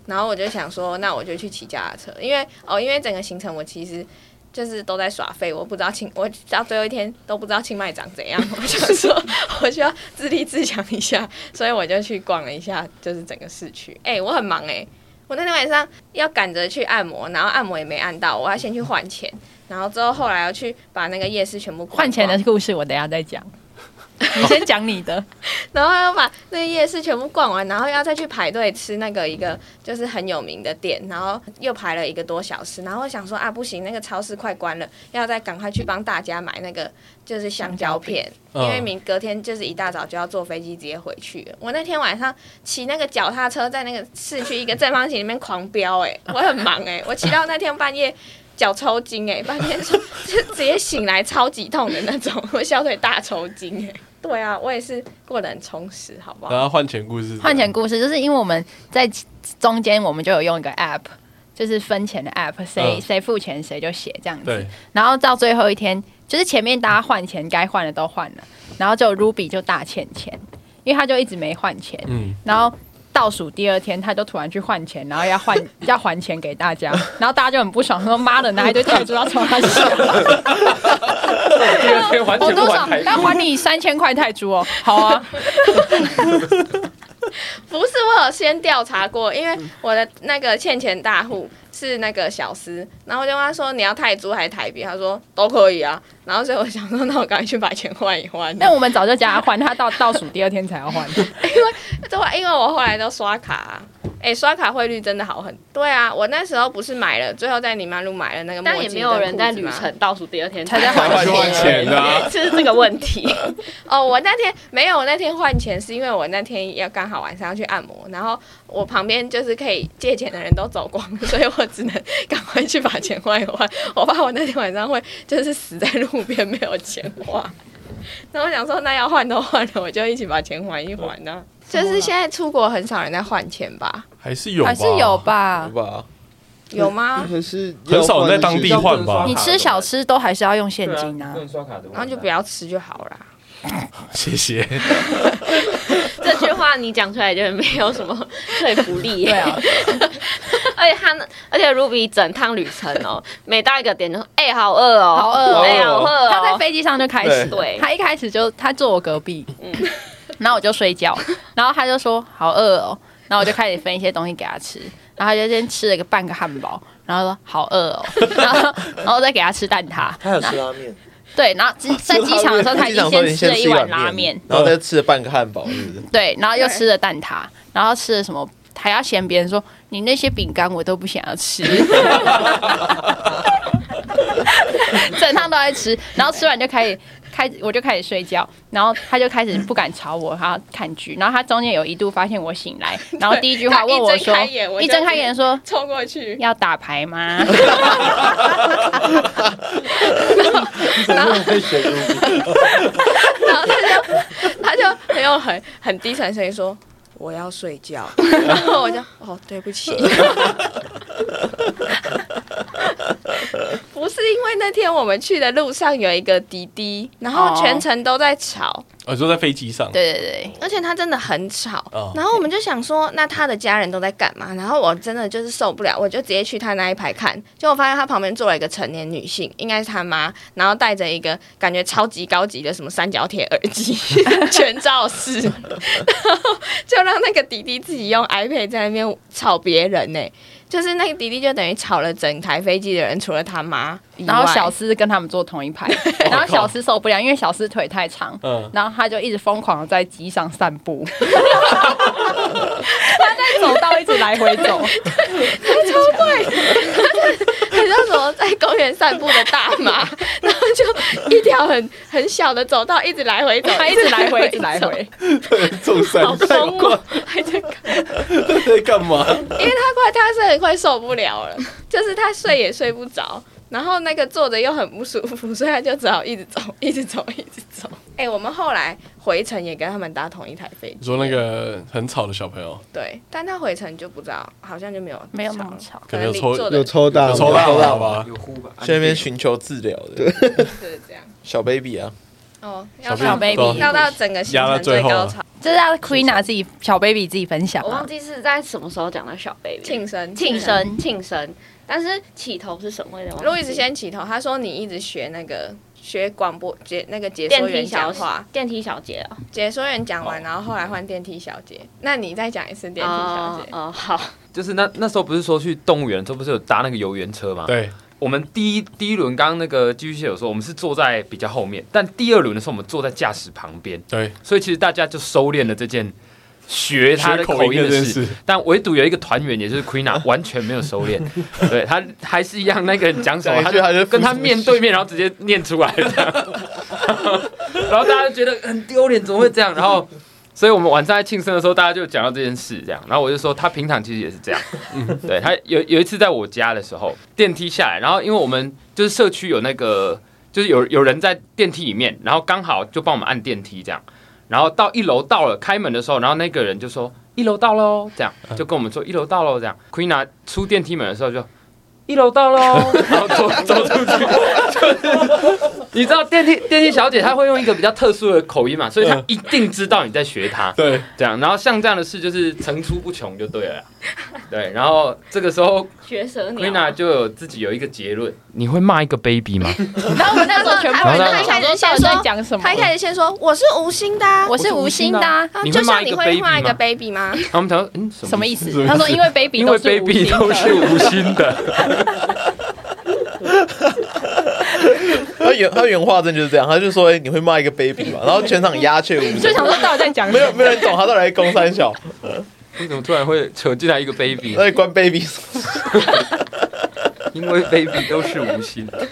[SPEAKER 3] 然后我就想说，那我就去骑脚踏车，因为哦，因为整个行程我其实就是都在耍废，我不知道清，我到最后一天都不知道清迈长怎样，我就说 [LAUGHS] 我需要自立自强一下，所以我就去逛了一下，就是整个市区。哎、我很忙哎、我那天晚上要赶着去按摩，然后按摩也没按到，我要先去换钱，然后之后后来要去把那个夜市全部逛
[SPEAKER 2] 换钱
[SPEAKER 3] 光
[SPEAKER 2] 的故事我等一下再 [LAUGHS] 讲，你先讲你的。
[SPEAKER 3] 然后要把那夜市全部逛完，然后要再去排队吃那个一个就是很有名的店，然后又排了一个多小时，然后我想说啊不行，那个超市快关了，要再赶快去帮大家买那个就是香蕉片，因为明隔天就是一大早就要坐飞机直接回去了。我那天晚上骑那个脚踏车在那个市区一个正方形里面狂飙，哎，我很忙哎、我骑到那天半夜。脚抽 [LAUGHS] 筋哎、半天就就直接醒来超级痛的那种， [LAUGHS] 我小腿大抽筋哎、对啊，我也是过得很充实，好不好？
[SPEAKER 1] 然后换钱故事，
[SPEAKER 2] 换钱故事就是因为我们在中间，我们就有用一个 app，就是分钱的 app，谁
[SPEAKER 1] 嗯
[SPEAKER 2] 谁、付钱谁就写这样子
[SPEAKER 1] 对。
[SPEAKER 2] 然后到最后一天，就是前面大家换钱该换的都换了，然后就 Ruby 就大欠钱，因为他就一直没换钱。
[SPEAKER 1] 嗯，
[SPEAKER 2] 然后倒数第二天，他就突然去换钱，然后要换 [LAUGHS] 要还钱给大家，然后大家就很不爽，说妈的，拿一堆泰铢要从他手。
[SPEAKER 10] 第二天还
[SPEAKER 2] 我
[SPEAKER 10] 钱不
[SPEAKER 2] 多
[SPEAKER 10] 还
[SPEAKER 2] 少
[SPEAKER 10] 台
[SPEAKER 2] [LAUGHS] 要还你三千块泰铢哦，好啊，
[SPEAKER 3] 不是，我我有先调查过，因为我的那个欠钱大户是那个小司，然后我就问他说你要泰铢还是台币，他说都可以啊，然后所以我想说那我赶快去把钱换一换，啊
[SPEAKER 2] 但我们早就叫他换，他到倒数第二天才要换。
[SPEAKER 3] 这会啊因为我后来都刷卡、啊，哎、刷卡汇率真的好很。对啊，我那时候不是买了，最后在宁曼路买了那个墨镜，
[SPEAKER 8] 但也没有人在旅程。倒数第二天
[SPEAKER 2] 才在换
[SPEAKER 1] 才换钱的啊
[SPEAKER 8] 就是这个问题。
[SPEAKER 3] 哦，我那天没有，我那天换钱是因为我那天要刚好晚上要去按摩，然后我旁边就是可以借钱的人都走光了，所 [LAUGHS] 以我只能赶快去把钱换一换。我怕我那天晚上会就是死在路边没有钱花。那我想说，那要换都换了，我就一起把钱还一还啊呢、就是现在出国很少人在换钱吧？
[SPEAKER 1] 还是有吧，
[SPEAKER 2] 还是有吧
[SPEAKER 4] 好？吧？
[SPEAKER 3] 有吗？
[SPEAKER 5] 还是
[SPEAKER 1] 啊很少人在当地换吧
[SPEAKER 2] 你吃小吃都还是要用现金啊
[SPEAKER 10] 不。能刷卡的话，
[SPEAKER 3] 然后就不要吃就好啦。
[SPEAKER 1] 谢谢。
[SPEAKER 8] 这句话你讲出来就没有什么说服力。
[SPEAKER 2] [LAUGHS] 对啊，
[SPEAKER 8] 而且他，而且 Ruby 整趟旅程哦，每到一个点就说：“哎、好饿哦，
[SPEAKER 2] 好饿哦
[SPEAKER 8] 哎、好饿哦。”
[SPEAKER 2] 他在飞机上就开始，
[SPEAKER 8] 对
[SPEAKER 2] 他一开始就他坐我隔壁， [LAUGHS] 然后我就睡觉，然后他就说好饿哦，然后我就开始分一些东西给他吃，然后他就先吃了个半个汉堡，然后说好饿 [LAUGHS] 哦，然后然后再给他吃蛋挞，
[SPEAKER 7] 他有吃拉面，
[SPEAKER 2] 对，然后在 [LAUGHS] 在机场的时候他已经先吃了一碗拉面，，
[SPEAKER 4] 然后再吃了半个汉堡，是不是？
[SPEAKER 2] 对，然后又吃了蛋挞，然后吃了什么还要嫌别人说你那些饼干我都不想要吃， [LAUGHS] 整趟都在吃，然后吃完就开始开始我就开始睡觉，然后他就开始不敢吵我，他看剧，然后他中间有一度发现我醒来，然后第一句话问我
[SPEAKER 3] [LAUGHS]
[SPEAKER 2] 说
[SPEAKER 3] 他一睁开眼我，就
[SPEAKER 2] 一睁开眼说
[SPEAKER 3] 冲过去，
[SPEAKER 2] 要打牌吗？
[SPEAKER 3] 然后
[SPEAKER 7] 被选入
[SPEAKER 3] 然后他就他就很用很很低沉的声音说：“我要睡觉。”然后我就哦，对不起。不是因为那天我们去的路上有一个滴滴，然后全程都在吵
[SPEAKER 1] 我哦说在飞机上，
[SPEAKER 2] 对对对，
[SPEAKER 3] 而且他真的很吵。
[SPEAKER 1] 哦
[SPEAKER 3] 然后我们就想说，那他的家人都在干嘛？然后我真的就是受不了，我就直接去他那一排看，结果发现他旁边坐了一个成年女性，应该是他妈，然后戴着一个感觉超级高级的什么三角铁耳机， [LAUGHS] 全罩式，然后就让那个弟弟自己用 iPad 在那边吵别人呢、就是那个弟弟就等于吵了整台飞机的人，除了他妈以外，
[SPEAKER 2] 然后小思跟他们坐同一
[SPEAKER 9] [LAUGHS]
[SPEAKER 2] 排，然
[SPEAKER 9] 哦
[SPEAKER 2] 后小思受不了，因为小思腿太长，
[SPEAKER 1] 嗯，
[SPEAKER 2] 然后他就一直疯狂的在机上散步， [LAUGHS] 他在走道一直来回
[SPEAKER 9] [LAUGHS]
[SPEAKER 2] 走，
[SPEAKER 3] 很像什么在公园散步的大妈，然后就一条很很小的走道一直来回走，
[SPEAKER 2] 他一直来回，一直来回。
[SPEAKER 1] [LAUGHS] 中山
[SPEAKER 3] 好疯哦，还在看，
[SPEAKER 1] 在干嘛？
[SPEAKER 3] [LAUGHS] 因为他快他真的快受不了了，就是他睡也睡不着。然后那个坐着又很不舒服，所以他就只好一直走，一直走，一直走。哎、我们后来回程也跟他们搭同一台飞
[SPEAKER 1] 你
[SPEAKER 3] 机，
[SPEAKER 1] 说那个很吵的小朋友，
[SPEAKER 3] 对，但他回程就不知道，好像就没有
[SPEAKER 2] 没有那
[SPEAKER 3] 吵
[SPEAKER 2] 么
[SPEAKER 3] 了，
[SPEAKER 2] 吵，
[SPEAKER 1] 可能有抽
[SPEAKER 3] 坐的
[SPEAKER 5] 有抽到
[SPEAKER 10] 啊
[SPEAKER 1] 有抽到
[SPEAKER 5] 有
[SPEAKER 1] 好吧？
[SPEAKER 10] 有呼吧，
[SPEAKER 4] 去那边寻求治疗的
[SPEAKER 3] 是这样。
[SPEAKER 4] 小 baby 啊，
[SPEAKER 3] 哦，要
[SPEAKER 1] 小
[SPEAKER 3] 到
[SPEAKER 1] baby
[SPEAKER 3] 要到整个行
[SPEAKER 1] 压到
[SPEAKER 3] 程
[SPEAKER 1] 最
[SPEAKER 3] 最
[SPEAKER 1] 后
[SPEAKER 3] 高
[SPEAKER 1] 啊
[SPEAKER 3] 潮，
[SPEAKER 2] 这是要 Queen 自己小 baby 自己分享
[SPEAKER 8] 我
[SPEAKER 2] 啊
[SPEAKER 8] 忘。记是在什么时候讲到小 baby
[SPEAKER 3] 庆生
[SPEAKER 8] 庆生庆生，但是起头是什么来着？
[SPEAKER 3] 路易斯先起头，他说你一直学那个学广播解那个解
[SPEAKER 8] 电
[SPEAKER 3] 说
[SPEAKER 8] 梯
[SPEAKER 3] 员
[SPEAKER 8] 小
[SPEAKER 3] 讲话，
[SPEAKER 8] 电梯小姐哦，
[SPEAKER 3] 解说员讲完，然后后来换电梯小姐。那你再讲一次电梯小
[SPEAKER 8] 哦
[SPEAKER 3] 姐，
[SPEAKER 8] 哦好，
[SPEAKER 10] 就是那那时候不是说去动物园，这不是有搭那个游园车吗？，
[SPEAKER 1] 对，
[SPEAKER 10] 我们第一第一轮刚刚那个寄居蟹有说，我们是坐在比较后面，但第二轮的时候我们坐在驾驶旁边，
[SPEAKER 1] 对，
[SPEAKER 10] 所以其实大家就收敛了这件学他的口音的
[SPEAKER 1] 认
[SPEAKER 10] 事。
[SPEAKER 1] 识，
[SPEAKER 10] 但唯独有一个团员，也就是 Queena，完全没有收敛，对他还是一样，那个人讲什么，
[SPEAKER 4] 讲一句他就
[SPEAKER 10] 就跟他面对面，然后直接念出来，这样然后大家就觉得很丢脸，怎么会这样？然后，所以我们晚上在庆生的时候，大家就讲到这件事，这样，然后我就说他平常其实也是这样，对他有有一次在我家的时候，电梯下来，然后因为我们就是社区有那个，就是有有人在电梯里面，然后刚好就帮我们按电梯这样。然后到一楼到了，开门的时候，然后那个人就说一楼到喽，这样就跟我们说一楼到喽，这样。Queen 出电梯门的时候就一楼到喽， [LAUGHS] 然后走走出 [LAUGHS] 去，就是你知道电梯电梯小姐她会用一个比较特殊的口音嘛，所以她一定知道你在学她，
[SPEAKER 1] 对，
[SPEAKER 10] 这样，然后像这样的事就是层出不穷就对了啦，对，然后这个时候
[SPEAKER 8] 学蛇鸟。
[SPEAKER 10] Quina 就有自己有一个结论，你会骂一个 baby 吗？
[SPEAKER 9] 然后我们那时候全部人
[SPEAKER 3] 他
[SPEAKER 9] 都
[SPEAKER 3] 一
[SPEAKER 9] 想
[SPEAKER 3] 开
[SPEAKER 9] 说到
[SPEAKER 3] 始先
[SPEAKER 9] 底在
[SPEAKER 3] 说
[SPEAKER 9] 讲什么
[SPEAKER 3] 他一。开始先说我是无心的、啊，
[SPEAKER 9] 我是无心的啊，
[SPEAKER 3] 啊
[SPEAKER 10] 你会
[SPEAKER 3] 就
[SPEAKER 10] 骂
[SPEAKER 3] 像
[SPEAKER 10] 一
[SPEAKER 3] 你
[SPEAKER 10] 个
[SPEAKER 3] 会骂一
[SPEAKER 10] baby 吗
[SPEAKER 3] 个 baby 吗？
[SPEAKER 10] 然后我们想说，嗯，什
[SPEAKER 9] 什
[SPEAKER 10] 么
[SPEAKER 9] 么
[SPEAKER 10] 意
[SPEAKER 9] 意
[SPEAKER 10] 思？
[SPEAKER 9] 思？他说因为 baby
[SPEAKER 10] 因为
[SPEAKER 9] 都是无
[SPEAKER 10] baby
[SPEAKER 9] 心
[SPEAKER 10] 都
[SPEAKER 9] 的
[SPEAKER 10] 是无心的， [LAUGHS]
[SPEAKER 4] 他原他原话真就是这样，他就说：“哎，你会骂一个 baby 嘛？”然后全场鸦雀无
[SPEAKER 9] 就
[SPEAKER 4] 声，
[SPEAKER 9] 想说到底在讲什
[SPEAKER 4] 没有
[SPEAKER 9] 么？
[SPEAKER 4] 没有人懂他到底在攻三小，
[SPEAKER 10] 你怎么突然会扯进来一个 baby？
[SPEAKER 4] 在关 baby
[SPEAKER 10] 因为 baby 都是无心的。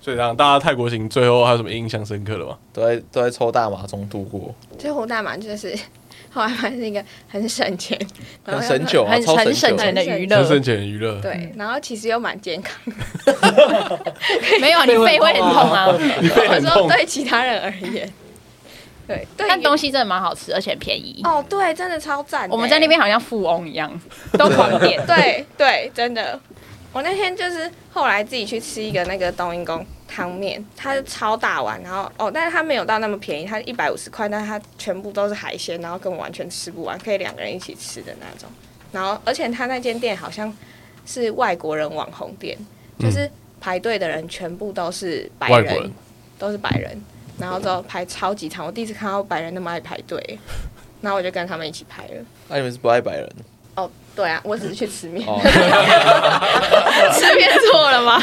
[SPEAKER 1] 所以让大家泰国行最后还有什么印象深刻的吗？
[SPEAKER 4] 都在都在抽大麻中度过，
[SPEAKER 3] 最后大马就是后来发现一个很省钱，然
[SPEAKER 4] 很
[SPEAKER 3] 后又
[SPEAKER 4] 神酒啊，
[SPEAKER 9] 很
[SPEAKER 4] 超
[SPEAKER 9] 很省
[SPEAKER 4] 神
[SPEAKER 9] 钱
[SPEAKER 4] 酒。
[SPEAKER 9] 的娱
[SPEAKER 1] 很
[SPEAKER 9] 乐，
[SPEAKER 2] [LAUGHS]
[SPEAKER 1] 省钱的娱 [LAUGHS] 乐，
[SPEAKER 3] 对，然后其实又蛮健康的。
[SPEAKER 9] 没有啊你肺会很痛 [LAUGHS] 啊。
[SPEAKER 1] 你背
[SPEAKER 3] 我
[SPEAKER 1] 很
[SPEAKER 3] 说
[SPEAKER 1] 痛，
[SPEAKER 3] 对其他人而言，对对，
[SPEAKER 9] 但东
[SPEAKER 3] 西
[SPEAKER 9] 西真的蛮好吃，而且很便宜。
[SPEAKER 3] 哦，对，真的超赞的。欸
[SPEAKER 9] 我们在那边好像富翁一样，都狂点。
[SPEAKER 3] 对对，真的。我那天就是后来自己去吃一个那个冬阴功汤面，它是超大碗，然后哦，但是它没有到那么便宜，它一百五十块，但是它全部都是海鲜，然后根本完全吃不完，可以两个人一起吃的那种。然后而且它那间店好像是外国人网红店，就是排队的人全部都是白
[SPEAKER 1] 外
[SPEAKER 3] 人，
[SPEAKER 1] 国人
[SPEAKER 3] 都是白人，然后之后排超级长，我第一次看到白人那么爱排
[SPEAKER 1] [LAUGHS]
[SPEAKER 3] 队，然后我就跟他们一起排了。
[SPEAKER 4] 那你们是不爱白人？
[SPEAKER 3] 哦，对啊，我只是去吃面，
[SPEAKER 4] 哦
[SPEAKER 3] [LAUGHS] 吃面错了吗？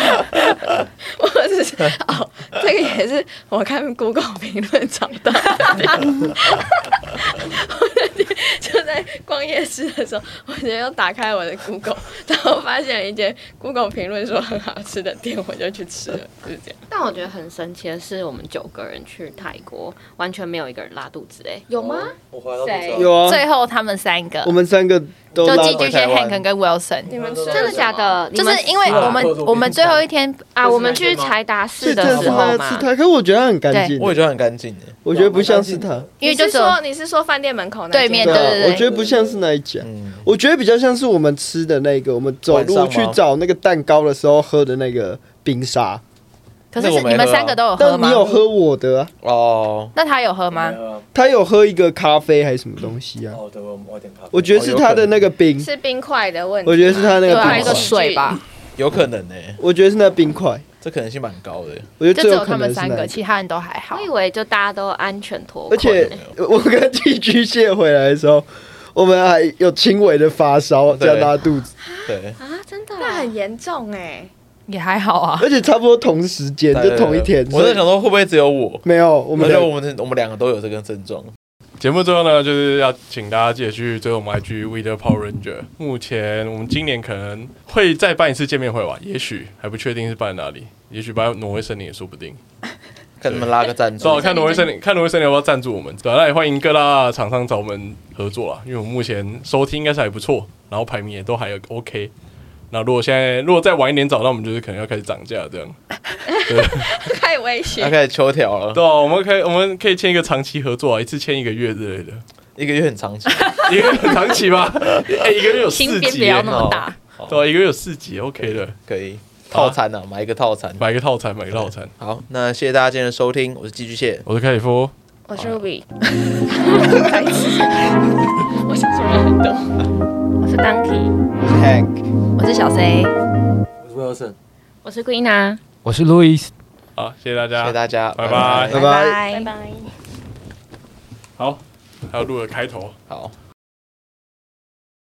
[SPEAKER 3] [LAUGHS] 我只是哦，这个也是我看 Google 评论找到的。 [LAUGHS] 我那天就在逛夜市的时候，我就又打开我的 Google，然后发现了一间 Google 评论说很好吃的店，我就去吃
[SPEAKER 5] [LAUGHS]
[SPEAKER 3] 了，就是这样。
[SPEAKER 8] 但我觉得很神奇的是，我们九个人去泰国，完全没有一个人拉肚子哎、
[SPEAKER 3] 有吗？
[SPEAKER 7] 我回来到
[SPEAKER 8] 谁
[SPEAKER 5] 有啊，
[SPEAKER 9] 最后他们三个
[SPEAKER 5] 我们三个都
[SPEAKER 9] 就
[SPEAKER 5] 拉
[SPEAKER 9] 寄居蟹
[SPEAKER 4] 台湾
[SPEAKER 9] Hank 跟 Wilson，
[SPEAKER 3] 你们吃
[SPEAKER 8] 真
[SPEAKER 3] 了
[SPEAKER 8] 的假的？你
[SPEAKER 9] 就
[SPEAKER 8] 们
[SPEAKER 9] 是因为我们我们最后一天
[SPEAKER 8] 啊，我们去柴达
[SPEAKER 5] 是
[SPEAKER 8] 士
[SPEAKER 5] 真
[SPEAKER 8] 的
[SPEAKER 5] 的是
[SPEAKER 8] 时
[SPEAKER 5] 他
[SPEAKER 8] 候
[SPEAKER 5] 吃
[SPEAKER 8] 嘛，
[SPEAKER 5] 他，可是我觉得他很干净，
[SPEAKER 4] 我也觉得很干净的。
[SPEAKER 5] 我觉得不像是他，
[SPEAKER 9] 因为
[SPEAKER 3] 你是
[SPEAKER 9] 就是
[SPEAKER 3] 说你是说饭店门口那
[SPEAKER 9] 对
[SPEAKER 3] 间
[SPEAKER 9] 面
[SPEAKER 3] 吗
[SPEAKER 9] 对对
[SPEAKER 5] 啊，
[SPEAKER 9] 对
[SPEAKER 5] 我觉得不像是那一家，
[SPEAKER 4] 嗯，
[SPEAKER 5] 我觉得比较像是我们吃的那个，我们走
[SPEAKER 4] 晚上
[SPEAKER 5] 路
[SPEAKER 4] 吗
[SPEAKER 5] 去找那个蛋糕的时候喝的那个冰沙，
[SPEAKER 9] 可是
[SPEAKER 4] 那我
[SPEAKER 9] 是
[SPEAKER 4] 没
[SPEAKER 9] 你们
[SPEAKER 4] 喝啊
[SPEAKER 9] 三个都有哦喝
[SPEAKER 5] 但
[SPEAKER 9] 吗
[SPEAKER 5] 你？有喝我的啊，
[SPEAKER 4] 哦，
[SPEAKER 9] 那他有喝吗？
[SPEAKER 5] 他有喝一个咖啡还是什么东西啊？
[SPEAKER 7] 呃哦，对，我我点咖啡。
[SPEAKER 5] 我觉得是他的那个冰，
[SPEAKER 3] 是冰块的问题吗，
[SPEAKER 5] 我觉得是他那
[SPEAKER 9] 对
[SPEAKER 5] 个
[SPEAKER 9] 啊，
[SPEAKER 5] 冰
[SPEAKER 9] 一个
[SPEAKER 5] 块，
[SPEAKER 9] 水
[SPEAKER 5] [LAUGHS]
[SPEAKER 9] 吧，
[SPEAKER 4] 有可能欸呢，
[SPEAKER 5] 我觉得是那冰块，
[SPEAKER 4] 这可能性蛮高的。
[SPEAKER 5] 我觉得
[SPEAKER 9] 就
[SPEAKER 5] 最
[SPEAKER 9] 只
[SPEAKER 5] 有
[SPEAKER 9] 有
[SPEAKER 5] 可
[SPEAKER 9] 他
[SPEAKER 5] 能
[SPEAKER 9] 们
[SPEAKER 5] 是那
[SPEAKER 9] 三
[SPEAKER 5] 个
[SPEAKER 9] 个，。其他人都还好
[SPEAKER 8] 我以。为就大家都安全脱困、
[SPEAKER 5] 而且我跟寄居蟹回来的时候，我们还有轻微的发烧
[SPEAKER 4] 对
[SPEAKER 5] 加拉肚子， [LAUGHS]
[SPEAKER 4] 对，
[SPEAKER 8] 啊，真的啊、
[SPEAKER 3] 那很严重哎。
[SPEAKER 9] 也还好啊，
[SPEAKER 5] 而且差不多同时间，就同一天。
[SPEAKER 4] 我
[SPEAKER 5] 所
[SPEAKER 4] 在
[SPEAKER 5] 以
[SPEAKER 4] 想说会不会只有我？
[SPEAKER 5] 没有，我
[SPEAKER 4] 我
[SPEAKER 5] 们
[SPEAKER 4] 们
[SPEAKER 5] 的
[SPEAKER 4] 我们我们两个都有这个症状。
[SPEAKER 1] 节目最后呢，就是要请大家记得去追我们 IG We the Power Ranger。目前我们今年可能会再办一次见面会吧，也许还不确定是办哪里，也许办挪威森林也说不定。
[SPEAKER 4] 看你们拉个赞助
[SPEAKER 1] 正，好看挪威森林，看挪威森林要不要赞助我们？对啊，那也欢迎各大厂商找我们合作啦，因为我们目前收听应该是还不错，然后排名也都还有 OK。那如果现在如果再晚一点找到我们，就是可能要开始涨价这样。
[SPEAKER 3] [LAUGHS] 太危险
[SPEAKER 4] 要开始秋条了，
[SPEAKER 1] 对啊，我们可以我们可以签一个长期合作啊，一次签一个月之类的，
[SPEAKER 4] 一个月很长期。
[SPEAKER 1] 一个月很长
[SPEAKER 9] [LAUGHS]
[SPEAKER 1] 期吧？哎、一个月有四
[SPEAKER 9] 心边
[SPEAKER 1] 集
[SPEAKER 9] 不
[SPEAKER 1] 耶、
[SPEAKER 9] 要那么大。
[SPEAKER 1] 对啊，一个月有四集，OK 的。
[SPEAKER 4] 可以套餐啊，买一个套餐。
[SPEAKER 1] 买个套餐，买个套餐。
[SPEAKER 4] 好，那谢谢大家今天的收听，我是寄居蟹，
[SPEAKER 1] 我是凯里夫，
[SPEAKER 3] 我是 Ruby，
[SPEAKER 8] 我是 Donkey，
[SPEAKER 5] 我是 Hank。
[SPEAKER 8] 我是小 C，
[SPEAKER 7] 我是 Wilson。
[SPEAKER 8] 我是 Queen 啊，
[SPEAKER 10] 我是 Louis。
[SPEAKER 1] 好，谢谢大
[SPEAKER 4] 谢
[SPEAKER 1] 家，
[SPEAKER 4] 谢大家，
[SPEAKER 1] 拜拜
[SPEAKER 5] 拜拜
[SPEAKER 8] 拜拜。
[SPEAKER 1] 好，还有录了开头。
[SPEAKER 4] 好，